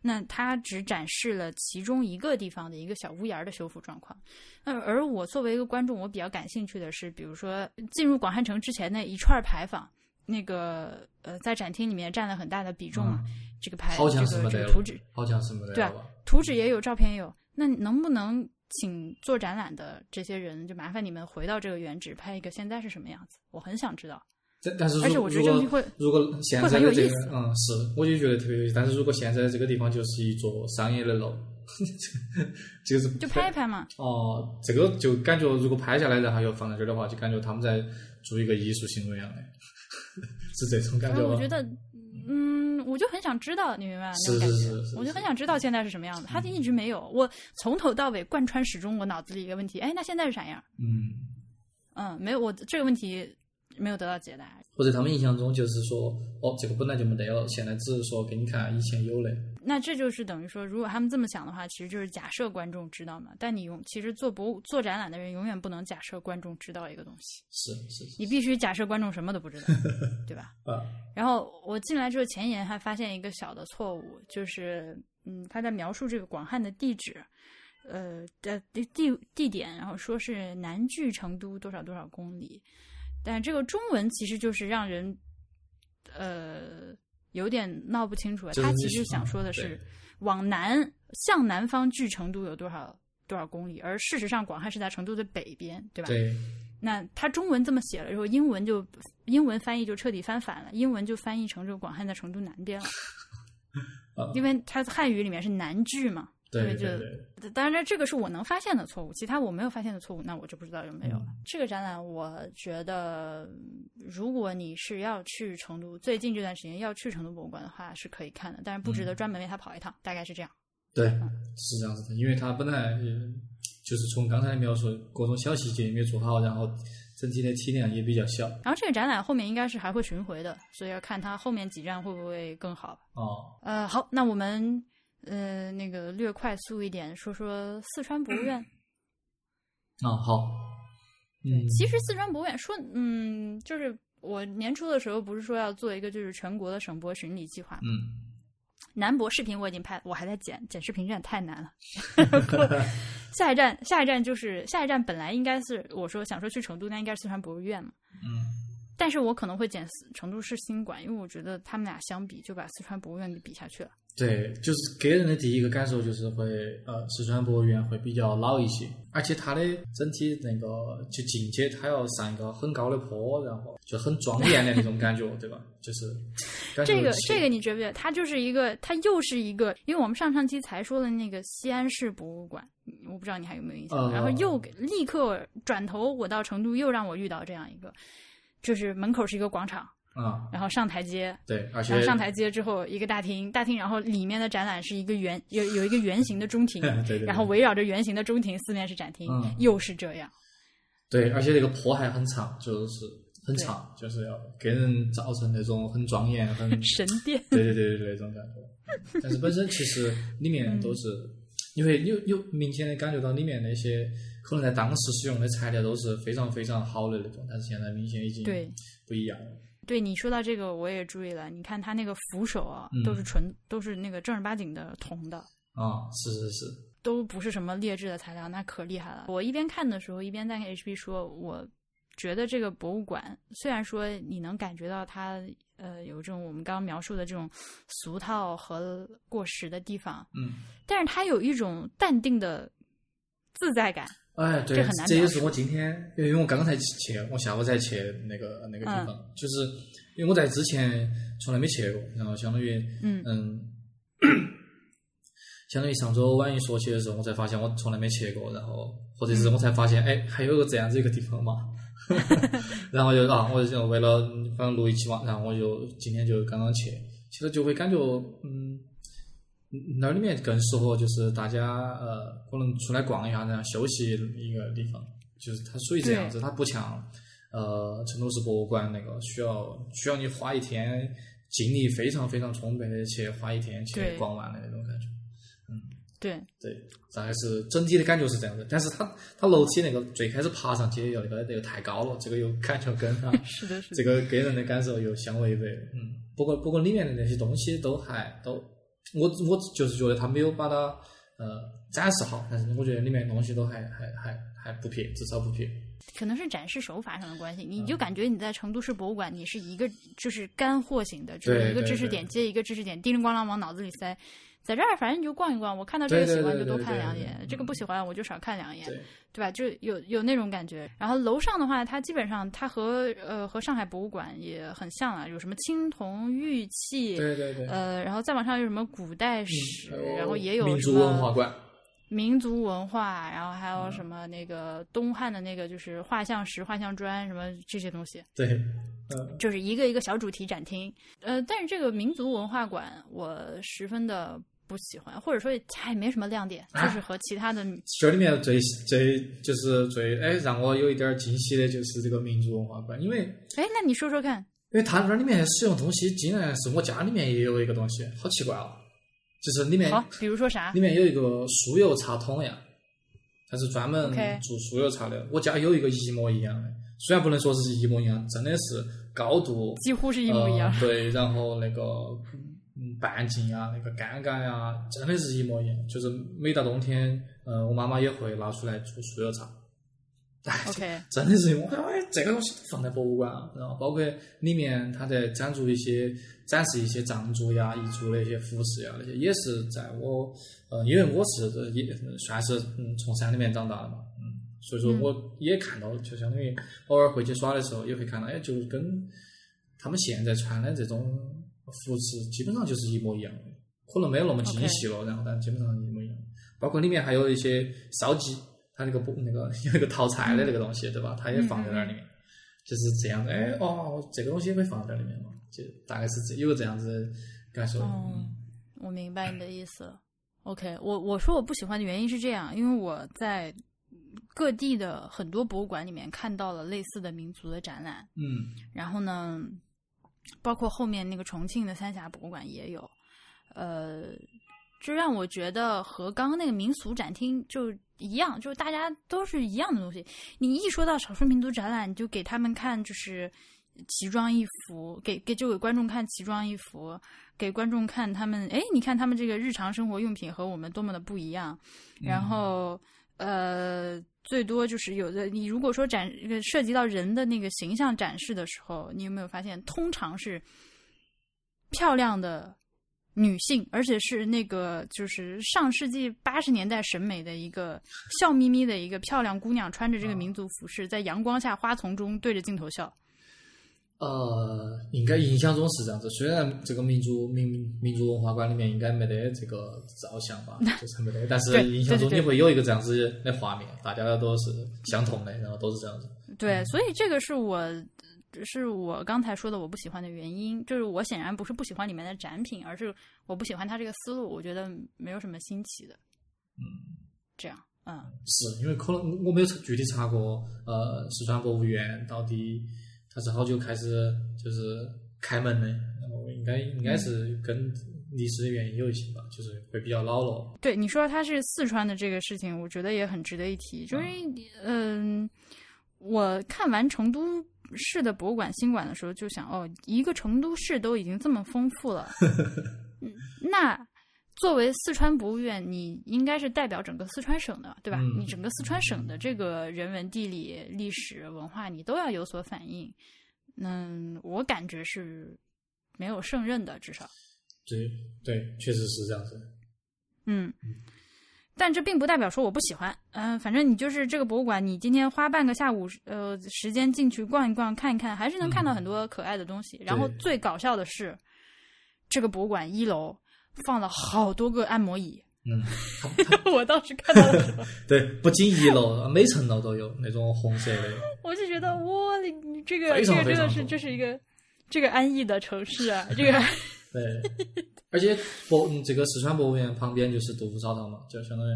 A: 那它只展示了其中一个地方的一个小屋檐儿的修复状况。那而我作为一个观众，我比较感兴趣的是，比如说进入广汉城之前那一串牌坊，那个呃，在展厅里面占了很大的比重嘛。啊这个牌，
B: 好像
A: 这
B: 是
A: 个
B: 没
A: 这
B: 得
A: 个
B: 了
A: 图纸，，
B: 好像是没得
A: 对
B: 了
A: 啊
B: 吧？
A: 图纸也有，照片也有。那能不能请做展览的这些人，就麻烦你们回到这个原址拍一个现在是什么样子？我很想知道。
B: 但但是如
A: 而且我觉得这
B: 如
A: 个东西
B: 果
A: 会
B: 如果现
A: 会
B: 在
A: 很有
B: 的这
A: 意
B: 个
A: 思
B: 嗯是，我就觉得特别有意思。但是如果现在的这个地方就是一座商业的楼， [LAUGHS] 这个是
A: 就拍一拍嘛，
B: 哦，这个就感觉如果拍下来然后又放在这儿的话，就感觉他们在做一个艺术行为一样的， [LAUGHS] 是这种感
A: 然
B: 觉
A: 后
B: 吗？
A: 我觉得，嗯，我就很想知道，你明白吗那种
B: 是
A: 感
B: 是
A: 觉？
B: 是是，嗯
A: 我就很
B: 是
A: 想知道现在是什么样子，他就一直没有。我从头到尾贯穿始终，我脑子里一个问题，哎，那现在是啥样？
B: 嗯。
A: 嗯，没有，我这个问题没有得到解答。
B: 或者他们印象中就是说，哦，这个本来就没得了，现在只是说给你看以前有的，
A: 那这就是等于说，如果他们这么想的话，其实就是假设观众知道嘛。但你永其实做博物做展览的人，永远不能假设观众知道一个东西，
B: 是是是
A: 你必须假设观众什么都不知道，对吧？
B: [LAUGHS] 啊，
A: 然后我进来之后，前言还发现一个小的错误，就是嗯，他在描述这个广汉的地址，呃的地地地点，然后说是南距成都多少多少公里，但这个中文其实就是让人呃有点闹不清楚啊。
B: 就是
A: 他
B: 你
A: 其实
B: 想
A: 想说的
B: 对
A: 是往南向南方距成都有多少多少公里，而事实上广汉是在成都的北边，对吧？
B: 对，
A: 那他中文这么写了之后，英文就英文翻译就彻底翻反了，英文就翻译成这个广汉在成都南边了
B: 啊，
A: 因为它汉语里面是南句嘛。
B: 对
A: 因为
B: 对
A: 就
B: 对对，
A: 当然，这个是我能发现的错误，其他我没有发现的错误，那我就不知道有没有了。这个展览，我觉得嗯如果你是要去成都，最近这段时间要去成都博物馆的话，是可以看的，但是不值得专门为它跑一趟，大概是这样。
B: 对，
A: 嗯
B: 是这样子的，因为它本来也呃就是从刚才的描述，各种小细节也没有做好，然后整体的体量也比较小
A: 然后这个展览后面应该是还会巡回的，所以要看它后面几站会不会更好。
B: 哦，
A: 呃，好，那我们呃那个略快速一点说说四川博物院。
B: 啊好，嗯
A: 对，，其实四川博物院说，嗯，就是我年初的时候不是说要做一个就是全国的省博巡礼计划吗，
B: 嗯
A: 南博视频我已经拍，我还在剪剪视频站太难了。过下一站，下一站就是下一站，本来应该是我说想说去成都，那应该是四川博物院嘛。
B: 嗯，
A: 但是我可能会剪四成都市新馆，因为我觉得他们俩相比就把四川博物院给比下去了。
B: 对，就是给人的第一个感受就是会呃，四川博物院会比较老一些，而且它的整体那个就进去，它要上一个很高的坡，然后就很庄严的那种感觉，对吧？就是感觉
A: 这个
B: 起
A: 这个你觉不觉得？它就是一个，它又是一个，因为我们上上期才说的那个西安市博物馆，嗯我不知道你还有没有印象。
B: 呃
A: 然后又给立刻转头，我到成都又让我遇到这样一个，就是门口是一个广场，
B: 啊、
A: 然后上台阶，
B: 对，而
A: 然
B: 且，
A: 后上台阶之后一个大厅，大厅然后里面的展览是一个圆有有一个圆形的中庭
B: [LAUGHS] [LAUGHS] 对对对
A: 然后围绕着圆形的中庭四面是展厅，
B: 嗯
A: 又是这样。
B: 对，而且那个坡还很长，就是很长，就是要给人造成那种很庄严、很
A: 神殿，
B: 对对对对对那种感觉。但是本身其实里面都是，
A: 嗯
B: 你会有有明显的感觉到里面那些可能在当时使用的材料都是非常非常好的那种，但是现在明显已经
A: 对
B: 不一样了。
A: 对你说到这个，我也注意了。你看他那个扶手啊，
B: 嗯
A: 都是纯都是那个正儿八经的铜的，
B: 啊、是是是，
A: 都不是什么劣质的材料，那可厉害了。我一边看的时候，一边在跟 HB 说，我觉得这个博物馆虽然说你能感觉到它呃有这种我们刚刚描述的这种俗套和过时的地方，
B: 嗯，
A: 但是它有一种淡定的自在感。
B: 哎，对
A: 这很难，
B: 这
A: 描
B: 也
A: 述
B: 是我今天，因为我刚刚才去去，我下午才去那个那个
A: 嗯
B: 地方，就是因为我在之前从来没去过，然后相当于，
A: 嗯
B: 嗯 [COUGHS] 相当于上周婉瑜说起的时候，我才发现我从来没去过，然后或者是我才发现，哎，还有个这样子一个地方嘛，然后就啊，我就为了嗯反正录一期嘛，然后我就今天就刚刚去，去了就会感觉，嗯，那里面更适合就是大家呃，可能出来逛一下，然后休息一个地方，就是它属于这样子，它不像呃成都市博物馆那个需要需要你花一天精力非常非常充沛的去花一天去
A: 对
B: 逛完的那种感觉。
A: 对，
B: 对，大概是整体的感觉是这样子，但是它它楼梯那个最开始爬上去要那个那个太高了，这个又感觉跟它
A: [LAUGHS] 是的，是的。
B: 这个给人的感受又相违背。嗯，不过不过里面的那些东西都还都，我我就是觉得他没有把它呃展示好，但是我觉得里面的东西都还还还还不撇，至少不撇。
A: 可能是展示手法上的关系，你
B: 嗯
A: 就感觉你在成都市博物馆，你是一个就是干货型的，就是
B: 对
A: 一个
B: 对
A: 知识
B: 对
A: 点接一个知识点，叮铃咣啷往脑子里塞。在这儿反正你就逛一逛，我看到这个
B: 对对
A: 喜欢就
B: 对
A: 多
B: 对
A: 看
B: 对
A: 两
B: 对
A: 眼，
B: 嗯
A: 这个不喜欢我就少看两眼，
B: 对
A: 对吧？就有有那种感觉。然后楼上的话，它基本上它和呃和上海博物馆也很像啊，有什么青铜玉器，
B: 对嗯对对，
A: 呃，然后再往上有什么古代史，然后也有
B: 民
A: 什
B: 族
A: 么
B: 哦文化馆，
A: 民族文化，然后还有什么那个东汉的那个就是画像石、画像砖什么这些东西，
B: 对，
A: 就是一个一个小主题展厅。呃，但是这个民族文化馆我十分的不喜欢，或者说它也没什么亮点，就是和其他的
B: 这里面最最就是最哎让我有一点儿惊喜的就是这个民族文化馆，因为
A: 哎，那你说说看，
B: 因为它那里面使用东西竟然是我家里面也有一个东西，好奇怪哦，就是里面
A: 好，比如说啥
B: 里？面有一个酥油茶桶呀，它是专门
A: OK
B: 做酥油茶的。我家有一个一模一样的，虽然不能说是一模一样，真的是高度
A: 几乎是一模一样。
B: 呃对，然后那个嗯半径啊，那个杆杆呀，真的是一模一样。就是每到冬天，呃，我妈妈也会拿出来做酥油茶。
A: [LAUGHS]
B: 哎
A: OK，
B: 真的是，我说哎，这个东西放在博物馆啊，然后包括里面它在展出一些展示一些藏族呀、彝族的一些服饰呀，那些也是在我呃，因为我是呃也算是嗯从山里面长大的嘛，嗯，所以说我也看到，就相当于偶尔回去耍的时候也会看到，哎，就跟他们现在穿的这种服饰基本上就是一模一样的，可能没有那么精细了然后但基本上一模一样。包括里面还有一些烧鸡，它那个不那个 [LAUGHS] 有一个泡菜的那个东西，对吧？它也放在那里
A: 嗯
B: 面，就是这样的。哎，哦，这个东西会放在里面嘛？就大概是这有个这样子的感受。
A: 哦
B: 嗯，
A: 我明白你的意思了。OK，我我说我不喜欢的原因是这样，因为我在各地的很多博物馆里面看到了类似的民族的展览，
B: 嗯，
A: 然后呢，包括后面那个重庆的三峡博物馆也有，呃，这让我觉得和刚刚那个民俗展厅就一样，就是大家都是一样的东西。你一说到少数民族展览，你就给他们看就是奇装异服，给给就给观众看奇装异服，给观众看他们，哎，你看他们这个日常生活用品和我们多么的不一样，然后。呃，最多就是有的，你如果说展呃涉及到人的那个形象展示的时候，你有没有发现，通常是漂亮的女性，而且是那个就是上世纪八十年代审美的一个笑眯眯的一个漂亮姑娘，穿着这个民族服饰，在阳光下花丛中对着镜头笑。
B: 呃，应该印象中是这样子。虽然这个民族民民族文化馆里面应该没得这个照相
A: [LAUGHS]
B: 吧，就是没得，但是
A: 对
B: 印象中
A: 对对
B: 你
A: 对
B: 会有一个这样子的画面，大家都是相同的，然后都是这样子。
A: 对，所以这个是我。是我刚才说的我不喜欢的原因，就是我显然不是不喜欢里面的展品，而是我不喜欢它这个思路，我觉得没有什么新奇的。这样，嗯，
B: 是因为可能我没有具体查过，呃，四川博物院到底它是好久开始就是开门的，然后应该应该是
A: 嗯
B: 跟历史的原因有一些吧，就是会比较老了。
A: 对你说他是四川的这个事情，我觉得也很值得一提。就是，嗯、我看完成都市的博物馆新馆的时候，就想，哦，一个成都市都已经这么丰富了，嗯那作为四川博物院，你应该是代表整个四川省的，对吧？
B: 嗯
A: 你整个四川省的这个人文、地理、历史文化，你都要有所反应。嗯，我感觉是没有胜任的，至少。
B: 对对，确实是这样子。
A: 嗯，但这并不代表说我不喜欢。嗯、反正你就是这个博物馆，你今天花半个下午呃时间进去逛一逛、看一看，还是能
B: 嗯
A: 看到很多可爱的东西。然后最搞笑的是，这个博物馆一楼放了好多个按摩椅。
B: 嗯，
A: [LAUGHS] 我当时看到的时候，
B: 对，不仅一楼，每层楼都有那种红色的。
A: 我就觉得哇，你你这个
B: 非
A: 这个
B: 常
A: 真的
B: 非常
A: 是
B: 多
A: 这是一个这个安逸的城市
B: [LAUGHS]
A: 啊，这个
B: 对，而且博嗯这个四川博物院旁边就是杜甫草堂嘛，就相当于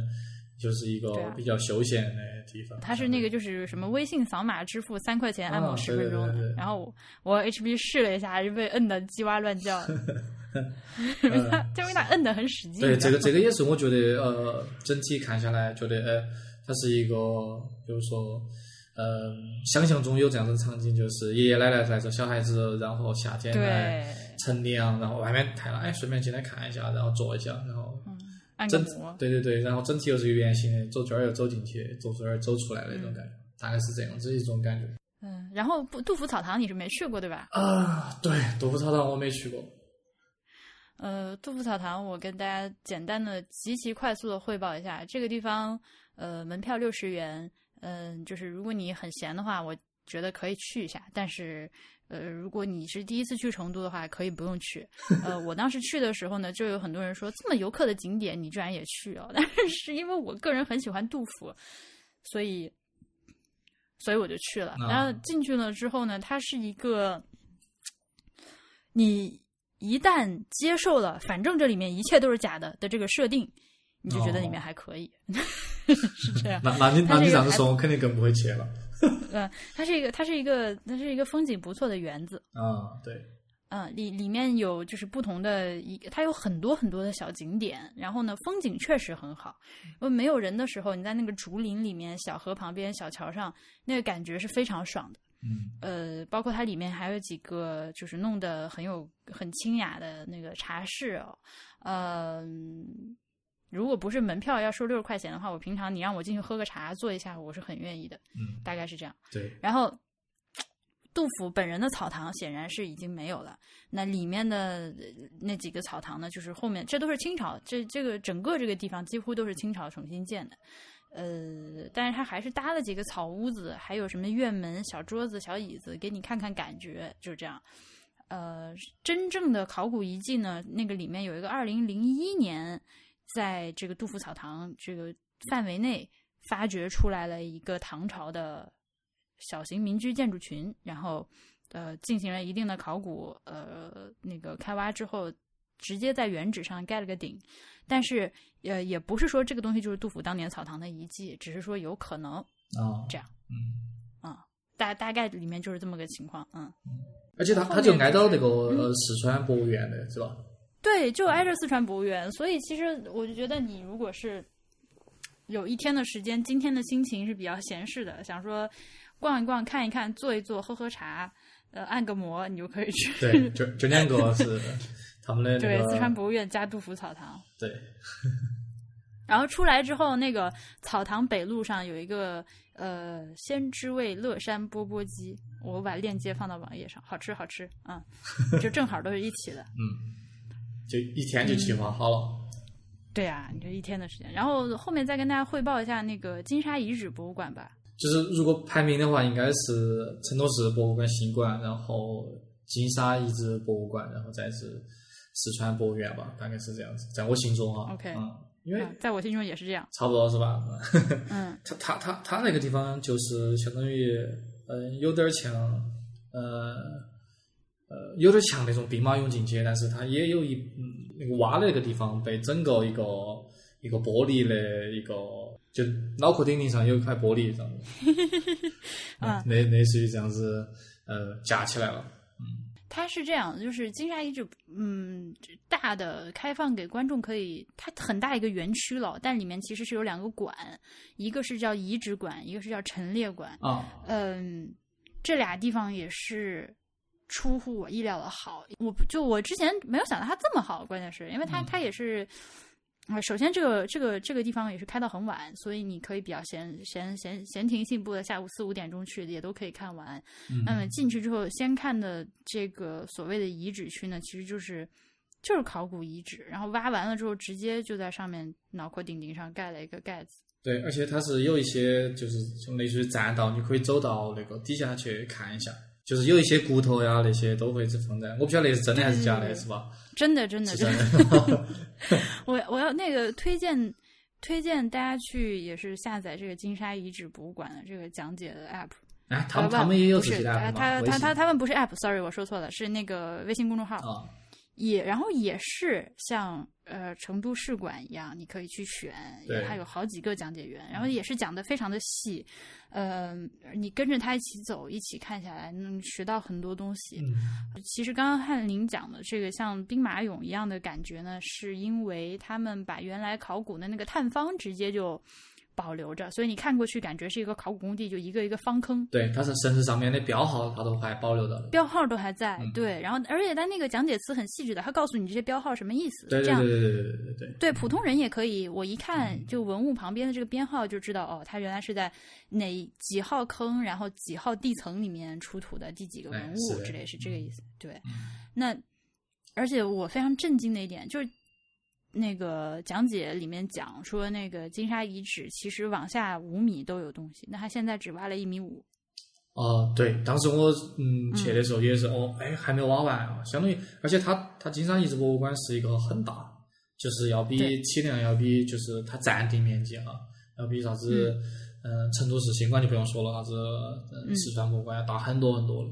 B: 就是一个
A: 对啊
B: 比较休闲的地方。
A: 它是那个就是什么微信扫码支付三块钱按摩
B: 啊
A: 十分
B: 对对
A: 钟的，
B: 对对
A: 然后我我 HB 试了一下，还是被摁的鸡哇乱
B: [LAUGHS]
A: 叫 [LAUGHS] 的，因为它因为它摁的很使劲。
B: 对，这个
A: 你知道吗
B: 这个也是我觉得呃，整体看下来觉得呃，它是一个，比如说，嗯、想象中有这样的场景，就是爷爷奶奶带着小孩子，然后夏天来
A: 对
B: 乘凉，然后外面太冷，哎，顺便进来看一下，然后坐一下，然后
A: 嗯按个
B: 整
A: 摩，
B: 对对对，然后整体又是圆形的，走圈儿又走进去，走圈儿走出来那种感觉，大概是这样子一种感觉
A: 嗯，然后不杜甫草堂你是没去过对吧？
B: 啊。对，杜甫草堂我没去过，
A: 呃，杜甫草堂，我跟大家简单的、极其快速的汇报一下，这个地方，呃，门票六十元，嗯、就是如果你很闲的话，我觉得可以去一下。但是，呃，如果你是第一次去成都的话，可以不用去。呃，我当时去的时候呢，就有很多人说，这么游客的景点你居然也去哦？ [LAUGHS] 但是因为我个人很喜欢杜甫，所以，所以我就去了。
B: 啊
A: 然后进去了之后呢，它是一个。你一旦接受了，反正这里面一切都是假的的这个设定，你就觉得里面还可以， [LAUGHS] 是这
B: [LAUGHS]
A: 样。
B: 那那你
A: 它
B: 那
A: 这
B: 你
A: 个
B: 这样子
A: 还
B: 说，我肯定更不会去了
A: 嗯，它是一个，它是一个，它是一个风景不错的园子。
B: 啊。对，
A: 嗯，里里面有就是不同的一，它有很多很多的小景点，然后呢，风景确实很好。因为没有人的时候，你在那个竹林里面、小河旁边、小桥上，那个感觉是非常爽的。
B: 嗯。
A: 呃，包括它里面还有几个就是弄得很有很清雅的那个茶室哦，呃，如果不是门票要收六十块钱的话，我平常你让我进去喝个茶坐一下，我是很愿意的，
B: 嗯，
A: 大概是这样。
B: 对，
A: 然后，杜甫本人的草堂显然是已经没有了。那里面的呃那几个草堂呢，就是后面这都是清朝，这这个整个这个地方几乎都是清朝重新建的。呃，但是他还是搭了几个草屋子，还有什么院门、小桌子、小椅子，给你看看感觉，就是这样。呃，真正的考古遗迹呢，那个里面有一个二零零一年在这个杜甫草堂这个范围内发掘出来了一个唐朝的小型民居建筑群，然后呃进行了一定的考古，呃那个开挖之后，直接在原址上盖了个顶，但是呃也不是说这个东西就是杜甫当年草堂的遗迹，只是说有可能，
B: 啊，
A: 这样，
B: 嗯，
A: 大大概里面就是这么个情况，嗯。
B: 而且它
A: 后面
B: 它就挨到
A: 就是
B: 那个呃四川博物院的
A: [LAUGHS]
B: 是吧？
A: 对，就挨着四川博物院，所以其实我就觉得你如果是有一天的时间，今天的心情是比较闲适的，想说逛一逛、看一看、坐一坐、喝喝茶，呃，按个摩，你就可以
B: [LAUGHS]
A: 去。
B: 对，就就两个是他们的那
A: 对，
B: 个
A: 四川博物院加杜甫草堂。
B: 对，
A: 然后出来之后，那个草堂北路上有一个呃先知味乐山钵钵鸡，我把链接放到网页上，好吃好吃，嗯，就正好都是一起的。 [LAUGHS]
B: 就一天就计划
A: 嗯
B: 好了。
A: 对啊，你就一天的时间。然后后面再跟大家汇报一下那个金沙遗址博物馆吧。
B: 就是如果排名的话，应该是成都市博物馆新馆，然后金沙遗址博物馆，然后再是四川博物院吧，大概是这样子，在我心中啊
A: OK
B: 嗯，因为
A: 嗯，在我心中也是这
B: [LAUGHS]
A: 样。
B: 差不多是吧？
A: 嗯，
B: 他他他他那个地方就是相当于，嗯、有点儿像，呃，呃，有点儿像那种兵马俑进去，但是它也有一嗯那个挖的那个地方被整个一个一个玻璃的一个，就脑壳顶顶上有一块玻璃这样子，嗯，类类似于这样子，呃，架起来了，
A: 它是这样，就是金沙遗址，嗯，大的开放给观众可以，它很大一个园区了，但里面其实是有两个馆，一个是叫遗址馆，一个是叫陈列馆。
B: 啊，
A: 嗯，这俩地方也是出乎我意料的好。我不就我之前没有想到它这么好，关键是因为它、它也是啊，首先这个这个这个地方也是开到很晚，所以你可以比较闲闲闲闲庭信步的，下午四五点钟去也都可以看完。那么进去之后，先看的这个所谓的遗址区呢，其实就是就是考古遗址，然后挖完了之后，直接就在上面脑壳顶顶上盖了一个盖子。
B: 对，而且它是有一些就是就类似于栈道，你可以走到那个底下去看一下，就是有一些骨头呀那些都会是放在，我不晓得那是真的还是假
A: 嗯
B: 的，是吧？
A: 真的，真的，
B: 是
A: 真
B: 真
A: 的。
B: 的。
A: [LAUGHS] 我我要那个推荐推荐大家去也是下载这个金沙遗址博物馆的这个讲解的 app。
B: 哎，他们
A: 呃不
B: 他们也有
A: 不
B: 自
A: 是
B: 己的
A: 他
B: app 吗
A: 他
B: 微
A: 他
B: 信
A: 他他们不是 app，sorry，我说错了，是那个微信公众号。
B: 啊，
A: 也然后也是像呃成都市馆一样，你可以去选，
B: 对嗯
A: 它有好几个讲解员，然后也是讲的非常的细，嗯、你跟着他一起走，一起看下来，能学到很多东西。
B: 嗯，
A: 其实刚刚翰林讲的这个像兵马俑一样的感觉呢，是因为他们把原来考古的那个探方直接就保留着，所以你看过去感觉是一个考古工地，就一个一个方坑。
B: 对，它是甚至上面的标号它都还保留到的。
A: 标号都还在，
B: 嗯
A: 对，然后而且他那个讲解词很细致的，他告诉你这些标号什么意思，
B: 对
A: 这
B: 对
A: 样
B: 对对对对对对。
A: 对普通人也可以，我一看
B: 嗯
A: 就文物旁边的这个编号就知道，哦，它原来是在哪几号坑，然后几号地层里面出土的第几个文
B: 哎
A: 物
B: 是的
A: 之类，是这个意思。对
B: 嗯，
A: 那而且我非常震惊的一点就是，那个讲解里面讲说，那个金沙遗址其实往下五米都有东西，那它现在只挖了一米五，
B: 哦，对，当时我嗯去的时候也是，哦，哎，还没挖完啊，相当于，而且它它金沙遗址博物馆是一个很大，就是要比
A: 对
B: 体量要比就是它占地面积啊，要比啥子嗯、呃成都市新馆就不用说了，啥子呃
A: 嗯
B: 四川博物馆要大很多很多的，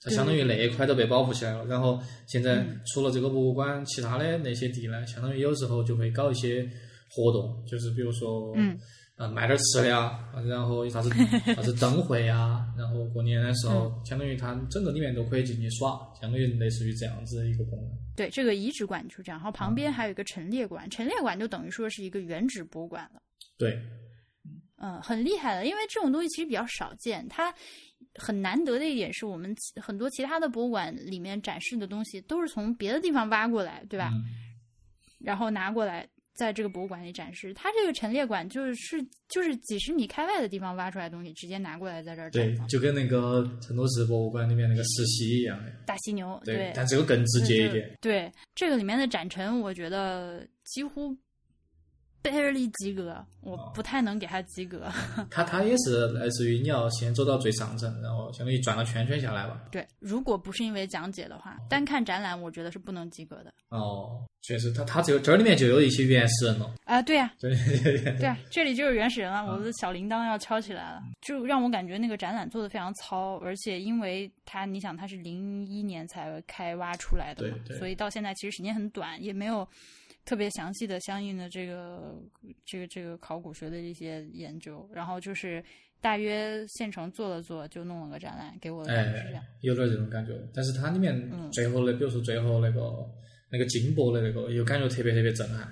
B: 它相当于那一块都被保护起来了。然后现在
A: 嗯
B: 除了这个博物馆，其他的那些地呢，相当于有时候就会搞一些活动，就是比如说
A: 嗯
B: 呃，卖点吃的呀，然后有啥子啥子灯会呀，然后过年的时候，
A: 嗯
B: 相当于它整个里面都可以进去耍，相当于类似于这样子的一个功能。
A: 对，这个遗址馆就是这样，然后旁
B: 嗯
A: 边还有一个陈列馆，陈列馆就等于说是一个原址博物馆了。
B: 对，
A: 嗯，很厉害的，因为这种东西其实比较少见，它很难得的一点是我们其很多其他的博物馆里面展示的东西都是从别的地方挖过来，对吧？
B: 嗯
A: 然后拿过来在这个博物馆里展示。它这个陈列馆就是就是几十米开外的地方挖出来的东西，直接拿过来在这儿展
B: 对，
A: 放。
B: 就跟那个成都市博物馆里面那个石溪一样的。
A: 大犀牛，对嗯
B: 但这个更直接一点。
A: 对，这个里面的展陈，我觉得几乎 barely 及格，我
B: 哦
A: 不太能给它及格。
B: 它它也是来自于你要先走到最上层，然后相当于转个圈圈下来吧。
A: 对，如果不是因为讲解的话，单看展览，我觉得是不能及格的。
B: 哦，确实，它它这个这里面就有一些原始人了。
A: 啊，对呀、
B: 对 [LAUGHS] 哎嗯对对对
A: 对呀、这里就是原始人了，我的小铃铛要敲起来了，就让我感觉那个展览做的非常糙，而且因为它，你想它是零一年才开挖出来的嘛
B: 对，对
A: 所以到现在其实时间很短，也没有特别详细的相应的这个这个这个考古学的一些研究，然后就是大约现成做了做，就弄了个展览，给我的感觉是这样。
B: 哎
A: 嗯
B: 有点这种感觉。但是它里面最后的，比如说最后那个那个金箔的那个，又感觉特别特别震撼。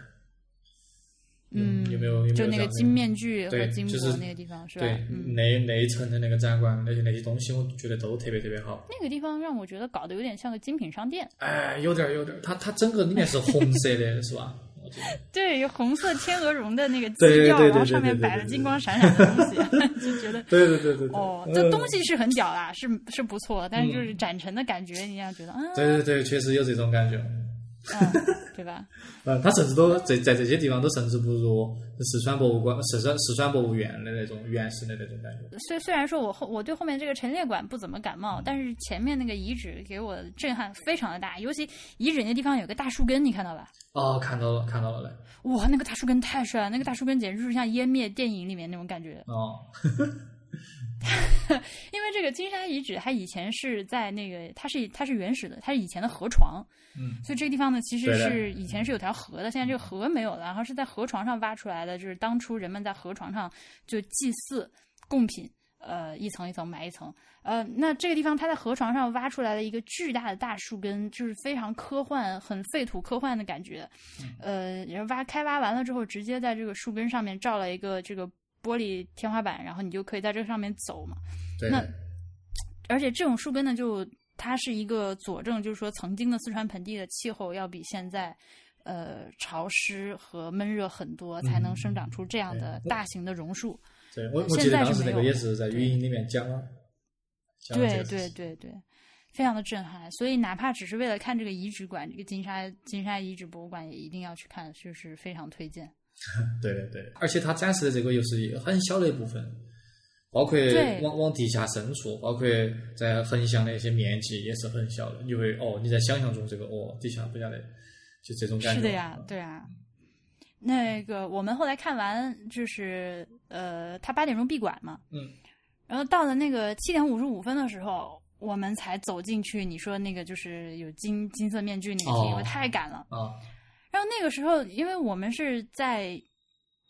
A: 嗯，
B: 有没有有没有
A: 就
B: 这
A: 那个
B: 样的
A: 金面具和
B: 对
A: 金
B: 就
A: 箔
B: 是
A: 那个地方是吧？
B: 对，
A: 嗯，
B: 那那一层的那个展馆，那些那些东西，我觉得都特别特别好。
A: 那个地方让我觉得搞得有点像个精品商店，
B: 哎，有点儿有点儿，它它整个里面是红色的，是吧？我觉得
A: 对，有红色天鹅绒的那个基
B: 对
A: 调，
B: 对对
A: 然后
B: 对
A: 上面
B: 对对
A: 摆了
B: 对
A: 金光闪闪的东西， [LAUGHS] 就
B: [LAUGHS]
A: 觉得。
B: 对对对对对。
A: 哦，
B: 嗯
A: 这东西是很屌啦，是是不错，但是就是展陈的感觉，你要觉
B: [LAUGHS]
A: 得，嗯，
B: 对对对，确实有这种感觉。
A: 嗯，对吧？
B: 嗯，它甚至都在在这些地方都甚至不如四川博物馆、四川四川博物院的那种原始的那种感觉。
A: 虽虽然说我后我对后面这个陈列馆不怎么感冒，但是前面那个遗址给我的震撼非常的大，尤其遗址那地方有个大树根，你看到吧？
B: 哦，看到了，看到了嘞。
A: 哇，那个大树根太帅了，那个大树根简直就是像湮灭电影里面那种感觉。
B: 哦，
A: 因为这个金沙遗址，它以前是在那个，它是它是原始的，它是以前的河床，
B: 嗯，
A: 所以这个地方呢，其实
B: 对的
A: 是以前是有条河的，现在这个河没有了，然后是在河床上挖出来的，就是当初人们在河床上就祭祀贡品，呃，一层一层埋一层，呃，那这个地方它在河床上挖出来了一个巨大的大树根，就是非常科幻、很废土科幻的感觉，
B: 嗯
A: 呃，然后挖开挖完了之后，直接在这个树根上面罩了一个这个玻璃天花板，然后你就可以在这个上面走嘛。
B: 对。
A: 那而且这种树根呢，就它是一个佐证，就是说曾经的四川盆地的气候要比现在呃潮湿和闷热很多，才能生
B: 嗯
A: 长出这样的大型的榕树。
B: 对我
A: 呃
B: 我
A: 现
B: 记得
A: 在
B: 当
A: 是
B: 时
A: 没
B: 那个
A: 有
B: 也
A: 了
B: 是在
A: 对
B: 语音里面讲了，讲了
A: 对
B: 这个事
A: 对
B: 情
A: 对对，非常的震撼。所以哪怕只是为了看这个遗址馆，这个金沙金沙遗址博物馆也一定要去看，就是非常推荐。
B: 对对对，而且它展示的这个又是很小的一部分，包括
A: 对
B: 往往地下深处，包括在横向的一些面积也是很小的，因为哦你在想象中这个哦地下不下的，就这种感觉。
A: 是的呀，对啊。那个我们后来看完就是呃，他八点钟闭馆嘛，
B: 嗯，
A: 然后到了那个七点五十五分的时候，我们才走进去。你说那个就是有金金色面具那个厅，
B: 哦
A: 我太赶了。 [LAUGHS]
B: 啊，
A: 然后那个时候，因为我们是在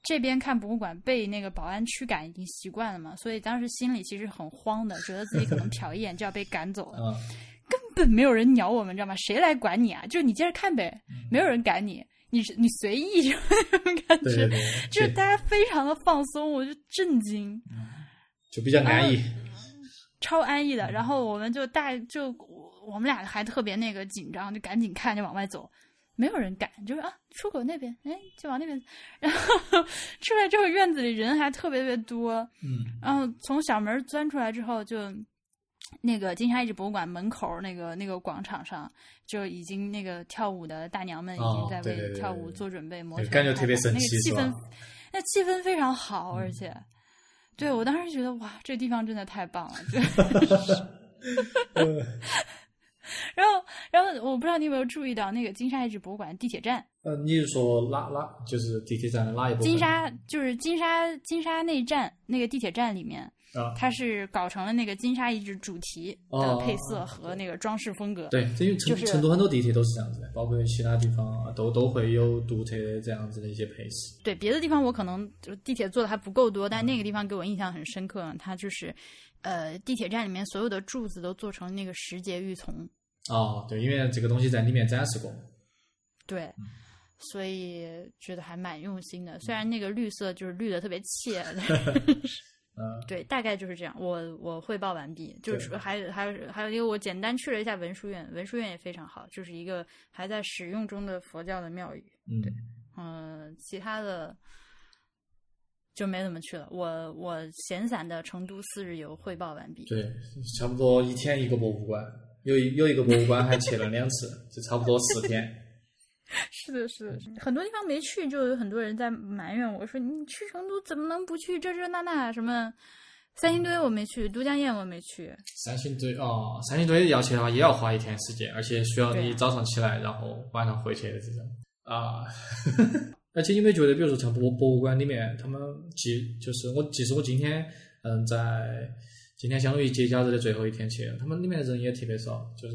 A: 这边看博物馆，被那个保安驱赶已经习惯了嘛，所以当时心里其实很慌的，觉得自己可能瞟一眼就要被赶走了，
B: 啊，
A: [LAUGHS] 根本没有人鸟我们，知道吗？谁来管你啊？就是你接着看呗，
B: 嗯
A: 没有人赶你，你你随意， [LAUGHS] 就那种感
B: 对
A: 觉
B: 对，对，
A: 就是
B: 对
A: 大家非常的放松，我就震惊。
B: 就比较安逸。
A: 超安逸的。然后我们就大就我我们俩还特别那个紧张，就赶紧看就往外走，没有人敢，就是啊出口那边，哎就往那边。 [LAUGHS] 然后出来之后院子里人还特别特别多，
B: 嗯，
A: 然后从小门钻出来之后就。那个金沙遗址博物馆门口那个那个广场上，就已经那个跳舞的大娘们已
B: 哦
A: 经在
B: 对对
A: 为
B: 对
A: 跳
B: 对
A: 舞
B: 对
A: 做准备，摩
B: 对
A: 拳
B: 感觉
A: 擦
B: 特别
A: 掌
B: 神
A: 那个
B: 奇
A: 气
B: 是吧嗯
A: 氛？那气氛非常好，而且，对我当时觉得哇，这地方真的太棒了。
B: [LAUGHS]
A: 就然后，然后我不知道你有没有注意到那个金沙遗址博物馆地铁站，
B: 呃，你是说哪哪就是地铁站的哪一部分？
A: 金沙就是金沙金沙内站那个地铁站里面，
B: 啊，
A: 它是搞成了那个金沙遗址主题的配色和那个装饰风格。
B: 哦对，这因为成、
A: 就是
B: 成都很多地铁都是这样子的，包括其他地方啊，都都会有独特的这样子的一些配饰。
A: 对别的地方我可能就地铁做的还不够多，
B: 嗯
A: 但那个地方给我印象很深刻，它就是，呃，地铁站里面所有的柱子都做成那个石节玉琮，
B: 哦，对，因为这个东西在里面展示过。
A: 对，
B: 嗯
A: 所以觉得还蛮用心的。虽然那个绿色就是绿的特别
B: [LAUGHS]
A: 切， [LAUGHS]
B: 嗯
A: 对，大概就是这样。我我汇报完毕，就
B: 对
A: 是还有还有还有一个，我简单去了一下文殊院，文殊院也非常好，就是一个还在使用中的佛教的庙宇。
B: 嗯，
A: 嗯、其他的就没怎么去了。我我闲散的成都四日游汇报完毕。
B: 对，差不多一天一个博物馆，有一有一个博物馆还去了两次，就差不多四天。
A: 是的，是的，是的很多地方没去，就有很多人在埋怨我说：“你去成都怎么能不去这这那那什么？”三星堆我没去，都江堰我没去，
B: 三星堆哦，三星堆要去的话也要花一天时间，而且需要
A: 对
B: 你
A: 啊
B: 早上起来，然后晚上回去的这种啊。 [LAUGHS] 而且你有没有觉得，比如说像博博物馆里面，他们即就是我，即使我今天嗯在今天相当于节假日的最后一天去了，他们里面的人也特别少，就是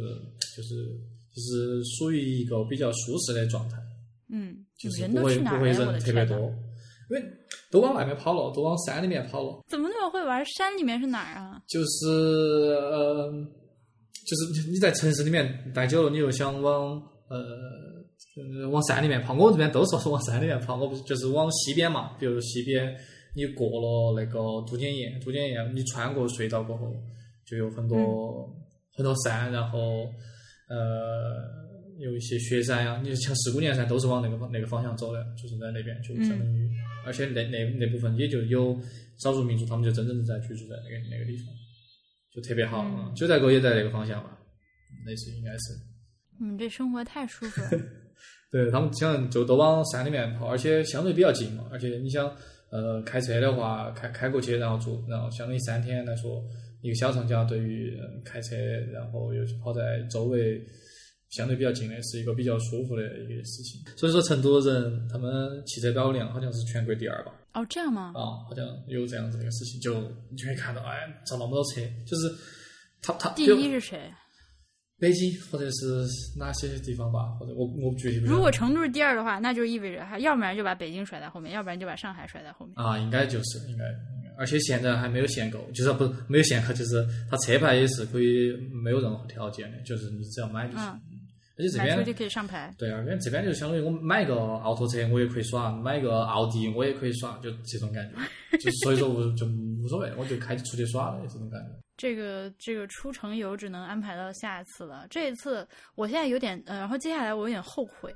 B: 就是就是属于一个比较舒适的状态。
A: 嗯，
B: 就是
A: 人
B: 不
A: 都
B: 会
A: 去哪
B: 不
A: 儿
B: 会
A: 了？我的
B: 人特别
A: 天
B: 多
A: 呐，，
B: 因为都往外面跑了，都往山里面跑了。
A: 怎么那么会玩？山里面是哪儿啊？
B: 就是呃，就是你在城市里面待久了，你又想往呃呃往山里面跑。我们这边都说是往山里面跑，我不是就是往西边嘛，比如西边你过了那个都江堰，都江堰你穿过隧道过后，就有很多、很多山，然后呃。有一些雪山呀、你像石鼓岩山都是往那个方那个方向走的，就是在那边就相当于，而且那那那部分也就有少数民族，他们就真正的在居住在那个那个地方，就特别好，
A: 嗯
B: 嗯九寨沟也在那个方向吧，嗯类似于应该是，
A: 你们这生活太舒服
B: [LAUGHS]
A: 了。
B: 对他们像就都往山里面跑，而且相对比较近嘛，而且你想呃开车的话，开开过去然后住，然后相当于三天来说，一个小长假对于呃开车，然后又是跑在周围相对比较近的，是一个比较舒服的一个事情。所以说成都人他们汽车保有量好像是全国第二吧，
A: 哦，这样吗？
B: 啊，好像有这样子的一个事情，就你就会看到，哎，造那么多车，就是他他
A: 第
B: 比如
A: 一是谁？
B: 北京或者是哪些地方吧，或者我我具体不知道
A: 如果成都是第二的话，那就意味着还要不然就把北京甩在后面，要不然就把上海甩在后面。
B: 啊，应该就是应该，应该而且现在还没有限购，就是不没有限购，就是它车牌也是可以没有任何条件的，就是你只要买就行。
A: 嗯
B: 而且这
A: 买车就
B: 边
A: 可以上牌。
B: 对啊，因为这边就相当于我买一个奥拓车我也可以耍，买一个奥迪我也可以耍，就这种感
A: [LAUGHS]
B: 觉。就所以说我就无所谓，我就开出去耍了这种感觉。
A: 这个这个出城游只能安排到下次了。这一次我现在有点呃，然后接下来我有点后悔，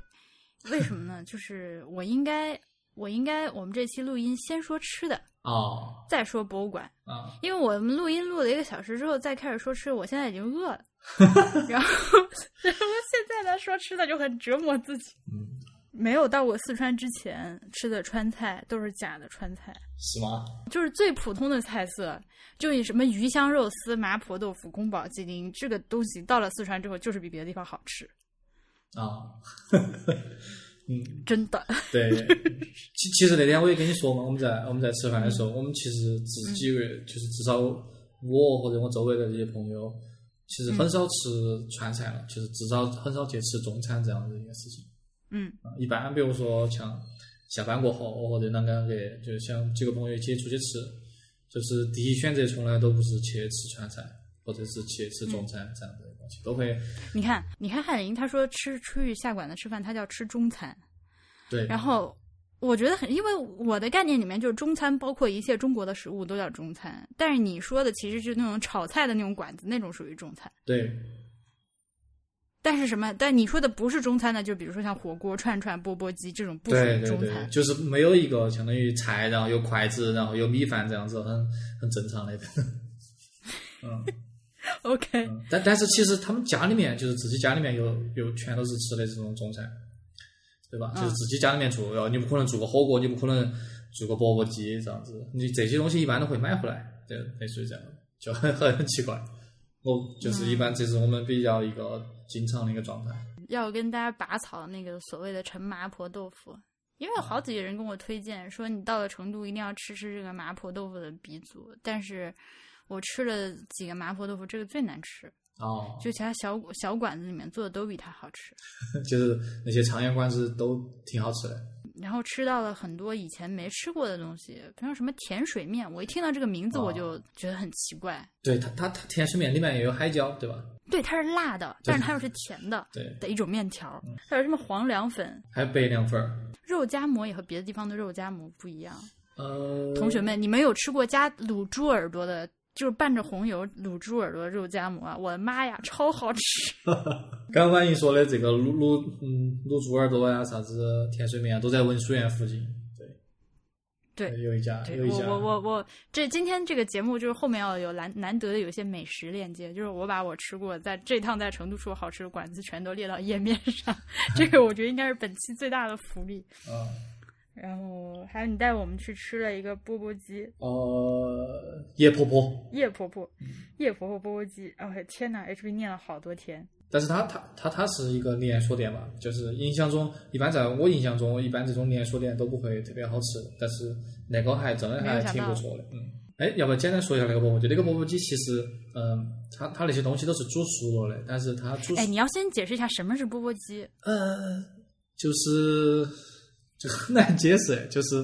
A: 为什么呢？ [LAUGHS] 就是我应该，我应该，我们这期录音先说吃的，
B: 哦
A: 再说博物馆，
B: 啊，
A: 因为我们录音录了一个小时之后再开始说吃，我现在已经饿了，然后然后现在来说吃的就很折磨自己。
B: 嗯，
A: 没有到过四川之前吃的川菜都是假的川菜，
B: 是吗？
A: 就是最普通的菜色，就你什么鱼香肉丝、麻婆豆腐、宫保鸡丁，这个东西到了四川之后就是比别的地方好吃，
B: 啊，嗯，
A: 真的。 [LAUGHS]
B: [LAUGHS] 对。其其实那天我也跟你说嘛，我们在我们在吃饭的时候，我们其实
A: 嗯
B: 自己人就是至少我或者我周围的这些朋友，其实很
A: 嗯
B: 少吃川菜了，就是至少很少去吃中餐这样的一个事情。
A: 嗯
B: 啊一般比如说像下班过后，我或者啷个啷个，就像几个朋友一起出去吃，就是第一选择从来都不是去吃川菜，或者是去吃
A: 嗯
B: 中餐这样的东西，都会
A: 你看，你看汉莹，她说吃出去下馆子吃饭，她叫吃中餐。
B: 对。
A: 然后我觉得很，因为我的概念里面就是中餐包括一切中国的食物都叫中餐，但是你说的其实是那种炒菜的那种馆子，那种属于中餐。
B: 对
A: 但是什么？但你说的不是中餐呢？就比如说像火锅、串串、钵钵鸡这种不属
B: 对
A: 于
B: 对
A: 中
B: 对，
A: 餐。 [LAUGHS]
B: 就是没有一个相当于菜，然后有筷子，然后有米饭这样子，很很正常的。嗯，
A: OK，
B: 嗯 [LAUGHS] 但但是其实他们家里面就是自己家里面有有全都是吃的这种中菜，对吧？
A: 嗯
B: 就是自己家里面做，然后你不可能做个火锅，你不可能做个钵钵鸡这样子，你这些东西一般都会买回来，对，类似于这样，就很很奇怪。我就是一般，这是我们比较一个经常的一个状态。
A: 要跟大家拔草那个所谓的陈麻婆豆腐，因为有好几个人跟我推荐说你到了成都一定要吃吃这个麻婆豆腐的鼻祖，但是我吃了几个麻婆豆腐，这个最难吃，
B: 哦，
A: 就其他小小馆子里面做的都比它好吃。
B: [LAUGHS] 就是那些长阳馆子都挺好吃的。
A: 然后吃到了很多以前没吃过的东西，比方什么甜水面，我一听到这个名字
B: 哦
A: 我就觉得很奇怪。
B: 对它，它它甜水面里面也有海椒，对吧？
A: 对，它是辣的，
B: 对
A: 但是它又是甜的
B: 对，
A: 的一种面条。还有什么黄凉粉、
B: 还有白凉粉儿。
A: 肉夹馍也和别的地方的肉夹馍不一样。
B: 呃，
A: 同学们，你们有吃过加卤猪耳朵的，就是拌着红油卤猪耳朵的肉夹馍啊？我的妈呀，超好
B: [LAUGHS]
A: 吃！
B: 刚刚你说的这个卤卤嗯卤猪耳朵呀、啥子甜水面啊，都在文殊园附近。
A: 对
B: 有一家，有
A: 对
B: 一
A: 我
B: 家。
A: 我我我这今天这个节目就是后面要有难难得的有一些美食链接，就是我把我吃过在这趟在成都吃过好吃的馆子全都列到页面上， [LAUGHS] 这个我觉得应该是本期最大的福利。
B: 啊，
A: 然后还有你带我们去吃了一个钵钵鸡，
B: 呃，叶婆婆，
A: 叶婆婆，
B: 嗯
A: 叶婆婆钵钵鸡，哦天哪，HB 念了好多天，
B: 但是它它它它是一个连锁店嘛，就是印象中一般在我印象中，一般这种连锁店都不会特别好吃，但是那个还真的还挺不错的。嗯，哎，要不要简单说一下那个钵钵鸡？那个钵钵鸡其实，嗯，它它那些东西都是煮熟了的，但是它煮熟
A: 哎，你要先解释一下什么是钵钵鸡，
B: 呃，就是就很难解释，就是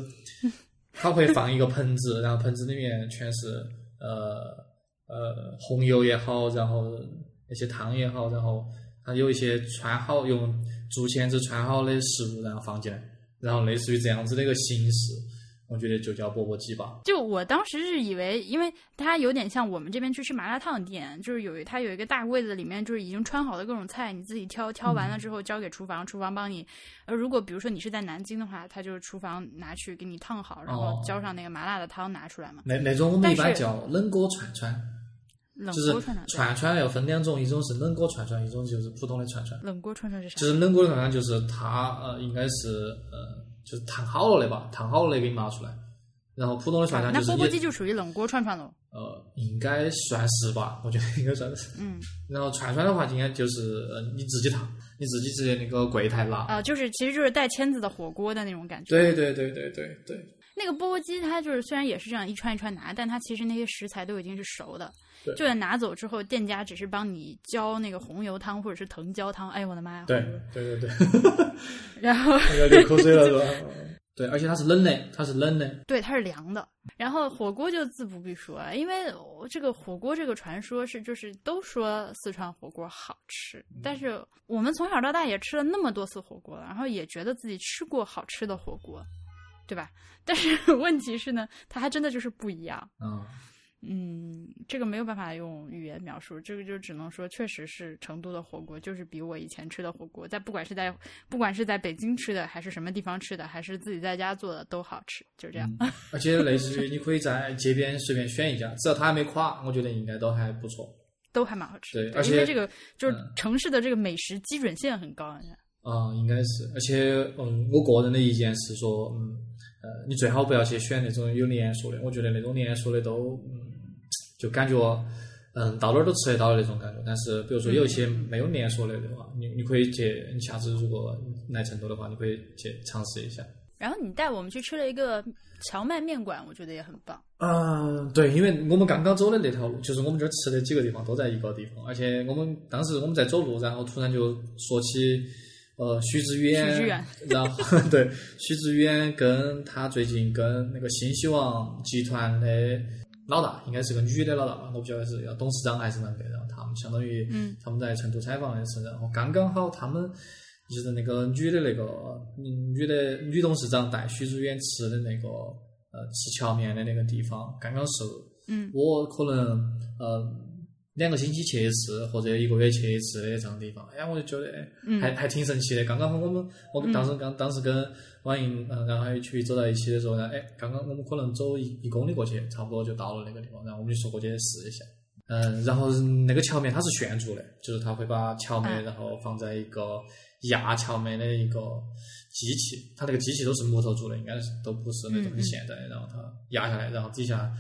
B: 他会放一个盆子，然后盆子里面全是呃呃红油也好，然后那些汤也好，然后它有一些穿好用竹签子穿好的食物，然后放进来，然后类似于这样子的一个形式，我觉得就叫钵钵鸡吧。
A: 就我当时是以为，因为它有点像我们这边去吃麻辣烫店，就是有一它有一个大柜子，里面就是已经穿好的各种菜，你自己挑，挑
B: 嗯
A: 完了之后交给厨房，厨房帮你。呃，如果比如说你是在南京的话，它就是厨房拿去给你烫好，然后
B: 哦
A: 浇上那个麻辣的汤拿出来嘛。
B: 那那种我们一般
A: 但是
B: 叫冷锅串串，
A: 冷
B: 就是
A: 锅串串，
B: 串串要分两种，一种是冷锅串串，一种就是普通的串串。
A: 冷锅串串是啥？
B: 就是冷锅的串串，就是它呃应该是呃就是烫好了的吧，烫好了的给你拿出来。然后普通的串
A: 啊
B: 串
A: 那
B: 就是
A: 钵钵鸡
B: 你
A: 就属于冷锅串串喽。
B: 呃应该算是吧，我觉得应该算是。
A: 嗯，
B: 然后串串的话，应该就是呃你自己烫，你自己直接那个柜台拿。
A: 啊、就是其实就是带签子的火锅的那种感觉。
B: 对对对对对对，
A: 那个钵钵鸡，它就是虽然也是这样一串一串拿，但它其实那些食材都已经是熟的
B: 对，
A: 就算拿走之后，店家只是帮你浇那个红油汤或者是藤椒汤。哎呦我的妈呀！
B: 对对对对，
A: 然后
B: 那个流口水了是吧？对，而且它是冷的，它是冷的。
A: 对它是凉的，然后火锅就自不必说了，因为我这个火锅这个传说是就是都说四川火锅好吃，
B: 嗯
A: 但是我们从小到大也吃了那么多次火锅了，然后也觉得自己吃过好吃 [LAUGHS] 的火锅，对吧？但是问题是呢，它还真的就是不一样。
B: 嗯，
A: 嗯，这个没有办法用语言描述，这个就只能说，确实是成都的火锅，就是比我以前吃的火锅，在不管是在不管是在北京吃的，还是什么地方吃的，还是自己在家做的，都好吃，就这样。
B: 嗯而且类似于你可以在街边随便选一家，只要它还没垮，我觉得应该都还不错。
A: 都还蛮好吃
B: 对
A: 的，
B: 而且
A: 因为这个就是
B: 嗯
A: 城市的这个美食基准线很高。
B: 啊、应该是，而且，嗯，我个人的意见是说，嗯，呃，你最好不要去选那种有连锁的，我觉得那种连锁的都，嗯，就感觉，嗯，到哪儿都吃得到的那种感觉。但是，比如说有一些没有连锁的的话，你你可以去，你下次如果来成都的话，你可以去尝试一下。
A: 然后你带我们去吃了一个荞麦面馆，我觉得也很棒。
B: 嗯，对，因为我们刚刚走的那条路，就是我们这儿吃的几个地方都在一个地方，而且我们当时我们在走路，然后突然就说起，呃，许知远，
A: 许知远
B: 然后 [LAUGHS] 对，许知远跟他最近跟那个新希望集团的老大，应该是个女的老大吧，我不晓得是要董事长还是啷个的，然后他们相当于，
A: 嗯，
B: 他们在成都采访的是，然后刚刚好他们。就是那个女的那个嗯女的女董事长带许知远吃的那个呃吃荞面的那个地方，刚刚是
A: 嗯，
B: 我可能呃两个星期去一次或者一个月去一次的这样的地方，哎，我就觉得哎
A: 嗯
B: 还还挺神奇的。刚刚好我们我跟当时刚当时跟王莹嗯、呃然后还有一起走到一起的时候呢，哎，刚刚我们可能走一一公里过去，差不多就到了那个地方，然后我们就说过去试一下。嗯，然后那个荞面它是炫煮的，就是它会把荞麦
A: 嗯
B: 然后放在一个压荞麦的一个机器，它那个机器都是木头做的，应该是都不是那种
A: 嗯嗯
B: 很现代的，然后它压下来，然后底下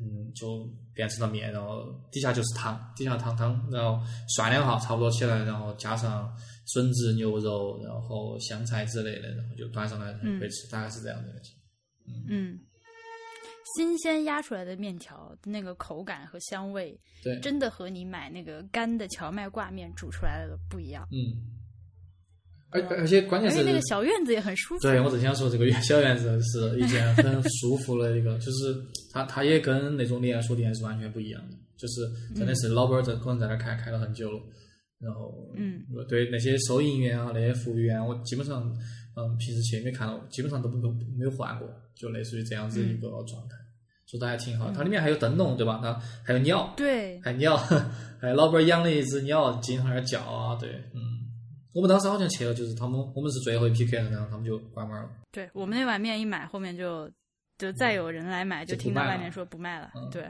B: 嗯就变成了面，然后底下就是汤，底下汤汤，然后涮两下差不多起来，然后加上笋子、牛肉，然后香菜之类的，然后就端上来
A: 嗯
B: 可以吃，大概是这样的一个情况。
A: 嗯，新鲜压出来的面条，那个口感和香味，
B: 对，
A: 真的和你买那个干的荞麦挂面煮出来的不一样。
B: 嗯，而而且关键
A: 而且
B: 是
A: 那个小院子也很舒服。
B: 对，我正想说这个元宵园子是一件很舒服的一个， [LAUGHS] 就是它它也跟那种连锁店是完全不一样的，就是真的是老板儿在可能在那儿开开了很久了，然后
A: 嗯，
B: 对那些收银员啊那些服务员，我基本上嗯平时去也没看到，基本上都没有没有换过，就类似于这样子
A: 嗯
B: 一个状态，做的还挺好。它里面还有灯笼对吧？它还有鸟，
A: 对，
B: 还有鸟，还哎有老板儿养了一只鸟，经常在那儿叫啊，对，嗯。我们当时好像去了，就是他们，我们是最后一批客人，然后他们就关门了。
A: 对我们那碗面一买，后面就就再有人来买，
B: 就
A: 就
B: 不
A: 听到
B: 卖
A: 外
B: 了
A: 面说不卖了。
B: 嗯 [LAUGHS]
A: 对，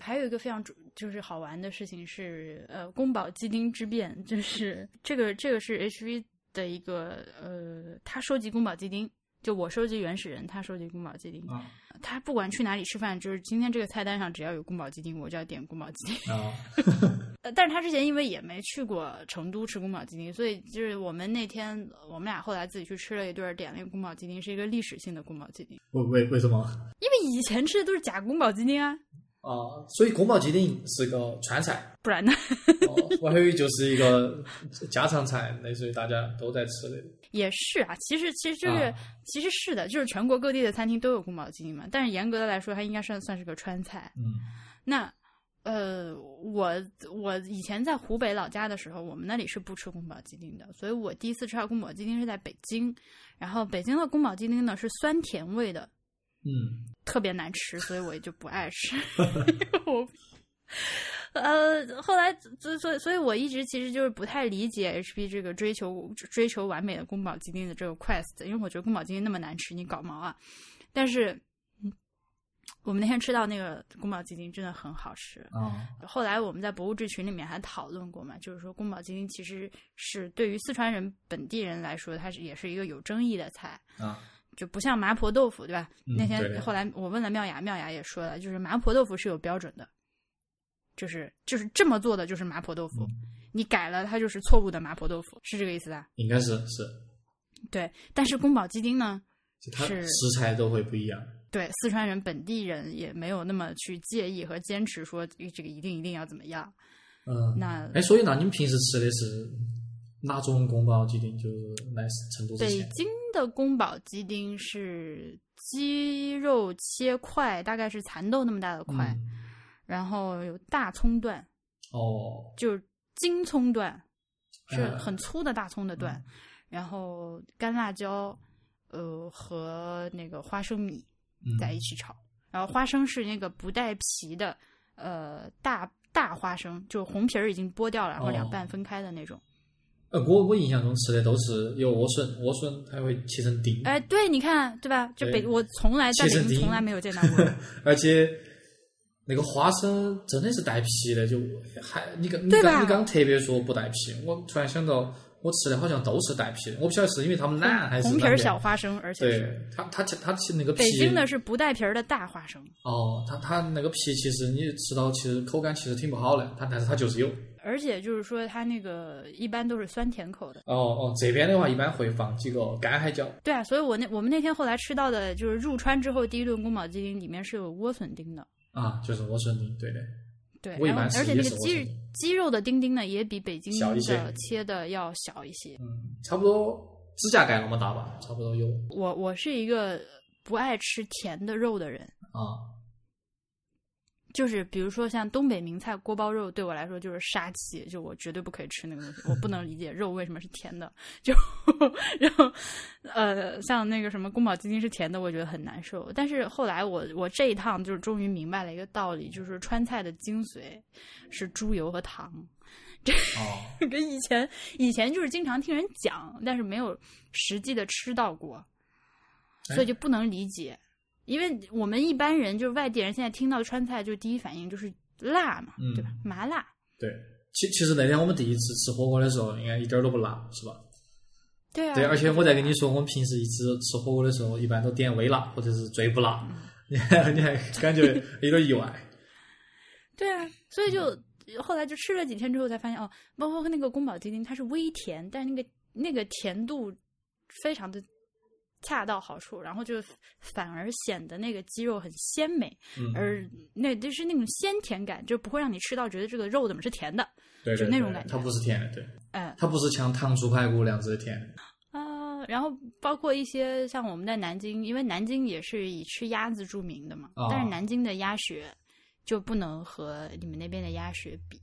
A: 还有一个非常主就是好玩的事情是，呃，宫保鸡丁之变，就是这个这个是 HV 的一个呃，他收集宫保鸡丁。就我收集原始人，他收集宫保鸡丁。
B: 啊
A: 他不管去哪里吃饭，就是今天这个菜单上只要有宫保鸡丁，我就要点宫保鸡丁。
B: 啊，
A: 呃，但是他之前因为也没去过成都吃宫保鸡丁，所以就是我们那天我们俩后来自己去吃了一顿儿，点了一个宫保鸡丁，是一个历史性的宫保鸡丁，
B: 为为为什么？
A: 因为以前吃的都是假宫保鸡丁啊，
B: 啊，所以宫保鸡丁是个川菜，
A: 不然呢 [LAUGHS]
B: 哦、我还以为就是一个家常菜，类似于大家都在吃的。
A: 也是啊。其实其实就是、
B: 啊
A: 其实是的，就是全国各地的餐厅都有宫保鸡丁嘛，但是严格的来说，它应该算算是个川菜。
B: 嗯
A: 那呃，我我以前在湖北老家的时候，我们那里是不吃宫保鸡丁的，所以我第一次吃到宫保鸡丁是在北京，然后北京的宫保鸡丁呢是酸甜味的。
B: 嗯，
A: 特别难吃，所以我也就不爱吃。我呃，后来所所以所以我一直其实就是不太理解 HP 这个追求追求完美的宫保鸡丁的这个 quest，因为我觉得宫保鸡丁那么难吃，你搞毛啊！但是。嗯我们那天吃到那个宫保鸡丁真的很好吃，
B: 啊，
A: 后来我们在博物志群里面还讨论过嘛，就是说宫保鸡丁其实是对于四川人本地人来说，它是也是一个有争议的菜，
B: 啊，
A: 就不像麻婆豆腐，对吧？
B: 嗯
A: 那
B: 对
A: 天
B: 的
A: 后来我问了妙雅，妙雅也说了，就是麻婆豆腐是有标准的，就是就是这么做的就是麻婆豆腐，
B: 嗯
A: 你改了它就是错误的麻婆豆腐，是这个意思吧？
B: 应该是是，
A: 对，但是宫保鸡丁呢，
B: 就它
A: 是
B: 食材都会不一样。
A: 对四川人本地人也没有那么去介意和坚持说这个一定一定要怎么样，
B: 嗯，
A: 那
B: 哎，所以呢，你们平时吃的是哪种宫保鸡丁？就是来成都之
A: 北
B: 前，
A: 京的宫保鸡丁是鸡肉切块，大概是蚕豆那么大的块，
B: 嗯
A: 然后有大葱段，
B: 哦，
A: 就是金葱段，是
B: 嗯
A: 很粗的大葱的段，然后干辣椒，呃和那个花生米
B: 嗯
A: 在一起炒。啊，然后花生是那个不带皮的，呃，大大花生，就红皮儿已经剥掉了，然后两
B: 哦
A: 半分开的那种。
B: 呃，我我印象中吃的都是有莴笋，莴笋它会切成丁，
A: 哎、对，你看，对吧？就
B: 嗯对
A: 北，我从来在
B: 其实
A: 北京
B: 你
A: 从来没有见到
B: [LAUGHS]
A: 过。
B: 而且那个花生真的是带皮的，就还你刚你
A: 对吧
B: 刚你刚特别说不带皮，我突然想到我吃的好像都是带皮的，我不晓得是因为他们懒还是
A: 红皮
B: 哪
A: 儿
B: 边
A: 小。花生，而且
B: 对
A: 是
B: 它，它它其实那个皮
A: 北京的是不带皮儿的大花生，
B: 哦，它它那个皮其实你吃到其实口感其实挺不好的，它但是它就是有。
A: 而且就是说它那个一般都是酸甜口的。
B: 哦哦，这边的话一般会放几个干海椒，
A: 对啊，所以我那我们那天后来吃到的就是入川之后第一顿宫保鸡丁里面是有莴笋丁的，
B: 啊，就是莴笋丁，对的。
A: 对，
B: 我一
A: 然后
B: 般吃
A: 而且
B: 也
A: 那个
B: 是莴笋
A: 鸡
B: 丁
A: 鸡肉的丁丁呢也比北京
B: 小一些嗯
A: 的切的要小一些。
B: 差不多指甲盖那么大吧，差不多有
A: 我我是一个不爱吃甜的肉的人，
B: 啊。
A: 就是比如说像东北名菜锅包肉，对我来说就是杀气，就我绝对不可以吃那个东西，我不能理解肉为什么是甜的。就然后呃，像那个什么宫保鸡丁是甜的，我觉得很难受。但是后来我我这一趟就是终于明白了一个道理，就是川菜的精髓是猪油和糖。
B: 哦，
A: [LAUGHS] 跟以前以前就是经常听人讲，但是没有实际的吃到过，
B: 哎
A: 所以就不能理解。因为我们一般人就是外地人，现在听到川菜就第一反应就是辣嘛，
B: 嗯
A: 对吧？麻辣，
B: 对，其其实那天我们第一次吃火锅的时候，应该一点儿都不辣，是吧？
A: 对啊。
B: 对，而且我在跟你说，我们平时一吃吃火锅的时候，一般都点微辣或者是最不辣， [LAUGHS] 你还你还感觉有点意外。
A: 对啊，所以
B: 嗯
A: 就后来就吃了几天之后才发现，哦，包括那个宫保鸡丁，它是微甜，但是那个那个甜度非常的恰到好处，然后就反而显得那个鸡肉很鲜美，
B: 嗯，
A: 而那就是那种鲜甜感，就不会让你吃到觉得这个肉怎么是甜的
B: [LAUGHS] 对
A: 就
B: 对，
A: 那
B: 对
A: 种感觉
B: 它不是甜的，对，
A: 哎
B: 它不是像糖醋排骨那样子的甜。
A: 啊、然后包括一些像我们在南京，因为南京也是以吃鸭子著名的嘛，
B: 哦
A: 但是南京的鸭血就不能和你们那边的鸭血比。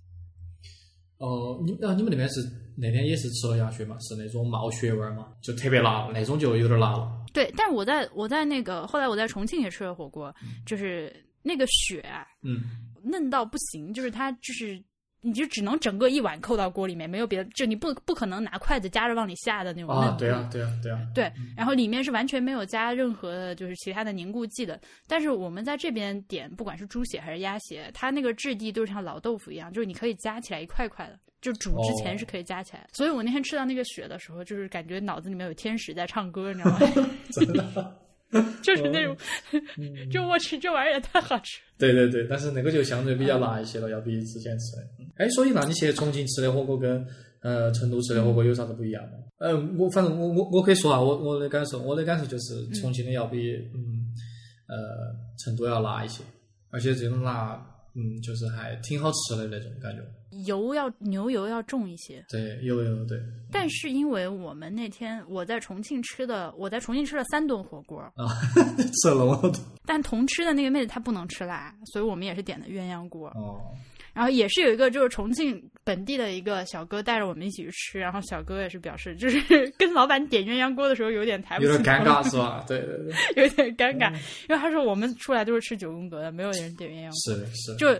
B: 哦，你啊，你们那边是那天也是吃了鸭血嘛？是那种冒血味儿嘛？就特别辣，那种就有点辣了。
A: 对，但是我在我在那个后来我在重庆也吃了火锅，就是那个血啊，
B: 嗯，
A: 嫩到不行，就是它就是。你就只能整个一碗扣到锅里面，没有别的，就你不不可能拿筷子夹着往里下哦的那种嫩
B: 啊，
A: 度。
B: 对啊，对啊，对啊。
A: 对，然后里面是完全没有加任何的就是其他的凝固剂的。但是我们在这边点，不管是猪血还是鸭血，它那个质地都是像老豆腐一样，就是你可以夹起来一块块的，就煮之前
B: 哦
A: 是可以夹起来的。所以我那天吃到那个血的时候，就是感觉脑子里面有天使在唱歌，你知道吗？
B: [LAUGHS] 真的，
A: [LAUGHS]
B: 嗯
A: 就是那种， [LAUGHS] 就我去，这玩意儿也太好吃了。
B: 对对对，但是那个就相对比较辣一些了，要比之前吃的。哎，所以那你去重庆吃的火锅跟呃成都吃的火锅有啥子不一样吗？呃，我反正我我我可以说啊，我我的感受，我的感受就是重庆的要比嗯呃成都要辣一些，而且这种辣嗯就是还挺好吃的那种感觉。
A: 油要牛油要重一些，
B: 对，有有对
A: 但是因为我们那天我在重庆吃的，我在重庆吃了三顿火锅，
B: 啊，吃了我都
A: 但同吃的那个妹子她不能吃辣，所以我们也是点的鸳鸯锅。
B: [LAUGHS] 哦
A: 然后也是有一个就是重庆本地的一个小哥带着我们一起去吃，然后小哥也是表示就是 [LAUGHS] 跟老板点鸳鸯锅的时候有点抬不
B: 有
A: 起
B: 点尴
A: 头来，
B: 尬嗯是吧？ [LAUGHS] 对对对，
A: 有点尴尬，因为他说我们出来都是吃九宫格的，没有人点鸳鸯锅，
B: 是的是的
A: 就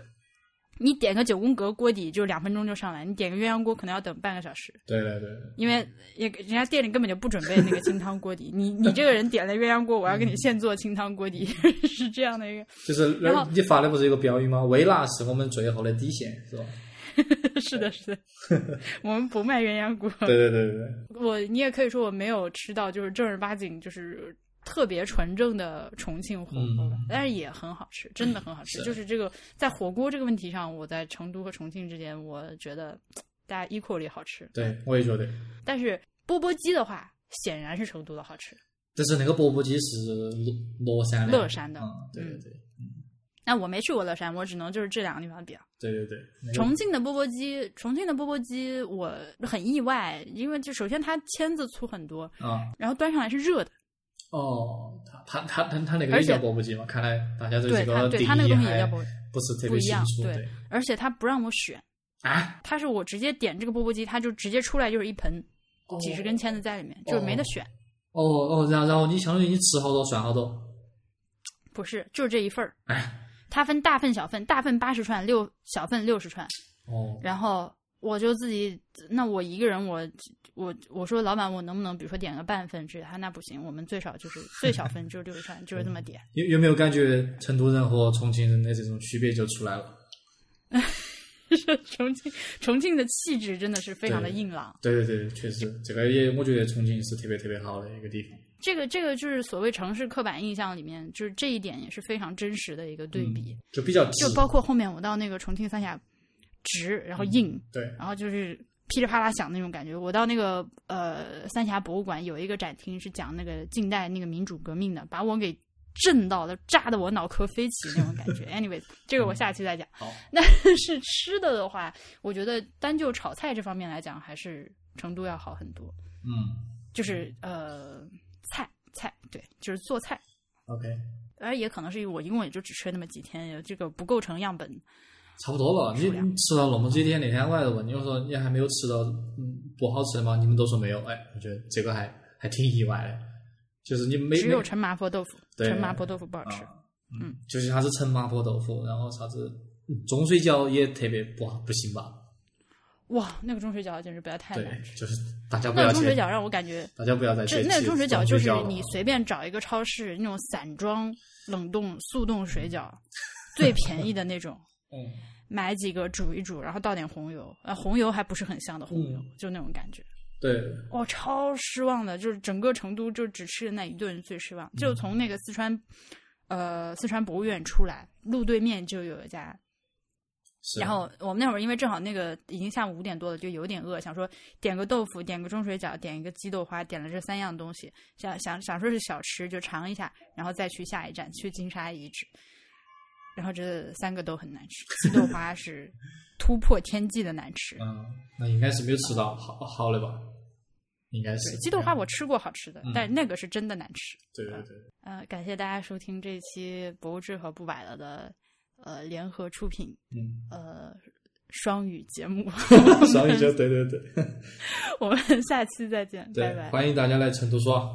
A: 你点个九宫格锅底就两分钟就上来，你点个鸳鸯锅可能要等半个小时。
B: 对对对。
A: 因为也人家店里根本就不准备那个清汤锅底，你你这个人点了鸳鸯锅，我要给你现做清汤锅底， [LAUGHS] 是这样的一个
B: 就是
A: 然后
B: 你发的不是有个标语吗？微辣是我们最后的底线，是吧？
A: [LAUGHS] 是的，是的，
B: [LAUGHS]
A: 我们不卖鸳鸯锅。
B: 对对对对对。
A: 我你也可以说我没有吃到就是正儿八经就是特别纯正的重庆火锅吧，
B: 嗯
A: 但是也很好吃，真的很好吃。
B: 是
A: 就是这个在火锅这个问题上，我在成都和重庆之间，我觉得嘖大家 equally 好吃。
B: 对，我也觉得。
A: 但是钵钵鸡的话，显然是成都的好吃。
B: 但是那个钵钵鸡是乐乐山的，
A: 乐山的
B: 嗯，对对对，
A: 那我没去过乐山，我只能就是这两个地方比啊。
B: 对对对，那个
A: 重庆的钵钵鸡，重庆的钵钵鸡我很意外，因为就首先它签子粗很多，
B: 啊，
A: 然后端上来是热的。
B: 哦，他他他他他那个
A: 而
B: 也
A: 且
B: 叫钵钵鸡嘛？看来大家对
A: 对
B: 这
A: 它，
B: 定
A: 对
B: 义
A: 它那个东西也
B: 还
A: 叫钵，
B: 不是特
A: 不
B: 别
A: 一
B: 清
A: 样
B: 楚，
A: 对
B: 对
A: 而且它不让我选，
B: 啊，
A: 它是我直接点这个钵钵鸡，它就直接出来就是一盆
B: 哦
A: 几十根签子在里面，就是没得选。
B: 哦哦，然后然后你相当于你吃好多算好多，哎
A: 不是，就是这一份儿。它分大份、小份，大份八十串，六小份六十串。
B: 哦，
A: 然后我就自己，那我一个人我，我我说老板，我能不能比如说点个半份之类的？他那不行，我们最少
B: [LAUGHS]
A: 就是最小份就是六十串，就是这么点。
B: 有有没有感觉成都人和重庆人的这种区别就出来了？
A: [LAUGHS] 重庆重庆的气质真的是非常的硬朗。
B: 对对对，确实，这个也我觉得重庆是特别特别好的一个地方。
A: 这个这个就是所谓城市刻板印象里面，就是这一点也是非常真实的一个对比。
B: 嗯就比较直
A: 就，包括后面我到那个重庆三峡，直然后
B: 嗯
A: 硬，
B: 对，
A: 然后就是噼里啪啦响那种感觉。我到那个呃三峡博物馆有一个展厅是讲那个近代那个民主革命的，把我给震到了，炸得我脑壳飞起那种感
B: [LAUGHS]
A: 觉。Anyways，这个我下期再讲。
B: 嗯好，
A: 但 [LAUGHS] 是吃的的话，我觉得单就炒菜这方面来讲，还是成都要好很多。
B: 嗯
A: 就是呃菜菜对，就是做菜，
B: ，OK，
A: 而也可能是我一共也就只吃那么几天，这个不构成样本。
B: 差不多吧。
A: 嗯
B: 你
A: 数量
B: 你吃了那么几天，那天我还问你，我说你还没有吃到嗯不好吃的吗？你们都说没有，哎，我觉得这个还还挺意外的，就是你没
A: 只有
B: 没
A: 陈麻婆豆腐，
B: 对
A: 陈麻婆豆腐不好吃。
B: 嗯，就是啥子陈麻婆豆腐，然后啥子嗯中水饺也特别不好不行吧？
A: 哇，那个中水饺简直不要太
B: 对
A: 难吃。，
B: 就是大家不
A: 那
B: 要
A: 个中
B: 去
A: 水，饺让我感觉，
B: 大家不要再去
A: 这那个
B: 吃
A: 中水饺就是
B: 了
A: 你随便找一个超市那种散装冷冻速冻水饺，最便宜的那种，
B: 嗯，
A: 买几个煮一煮，然后倒点红油，呃，红油还不是很香的红油，
B: 嗯
A: 就那种感觉。
B: 对，
A: 我、哦超失望的，就是整个成都就只吃了那一顿最失望。就
B: 嗯
A: 从那个四川，呃，四川博物院出来，路对面就有一家
B: 是
A: 然后我们那会儿因为正好那个已经下午五点多了，就有点饿，想说点个豆腐，点个中水饺，点一个鸡豆花，点了这三样东西，想想想说是小吃就尝一下，然后再去下一站去金沙遗址。然后这三个都很难吃，鸡豆花是突破天际的难吃。
B: [LAUGHS] 嗯，那应该是没有吃到好好的吧？应该是
A: 对，鸡豆花我吃过好吃的，
B: 嗯
A: 但那个是真的难吃。
B: 对对对，
A: 呃，感谢大家收听这一期博物志和不摆了的呃联合出品
B: 嗯， [LAUGHS]
A: 呃双语节目。 [LAUGHS]
B: 双鱼就对对对
A: 我们下期再见，拜
B: 对，
A: 拜。
B: 欢迎大家来成都耍。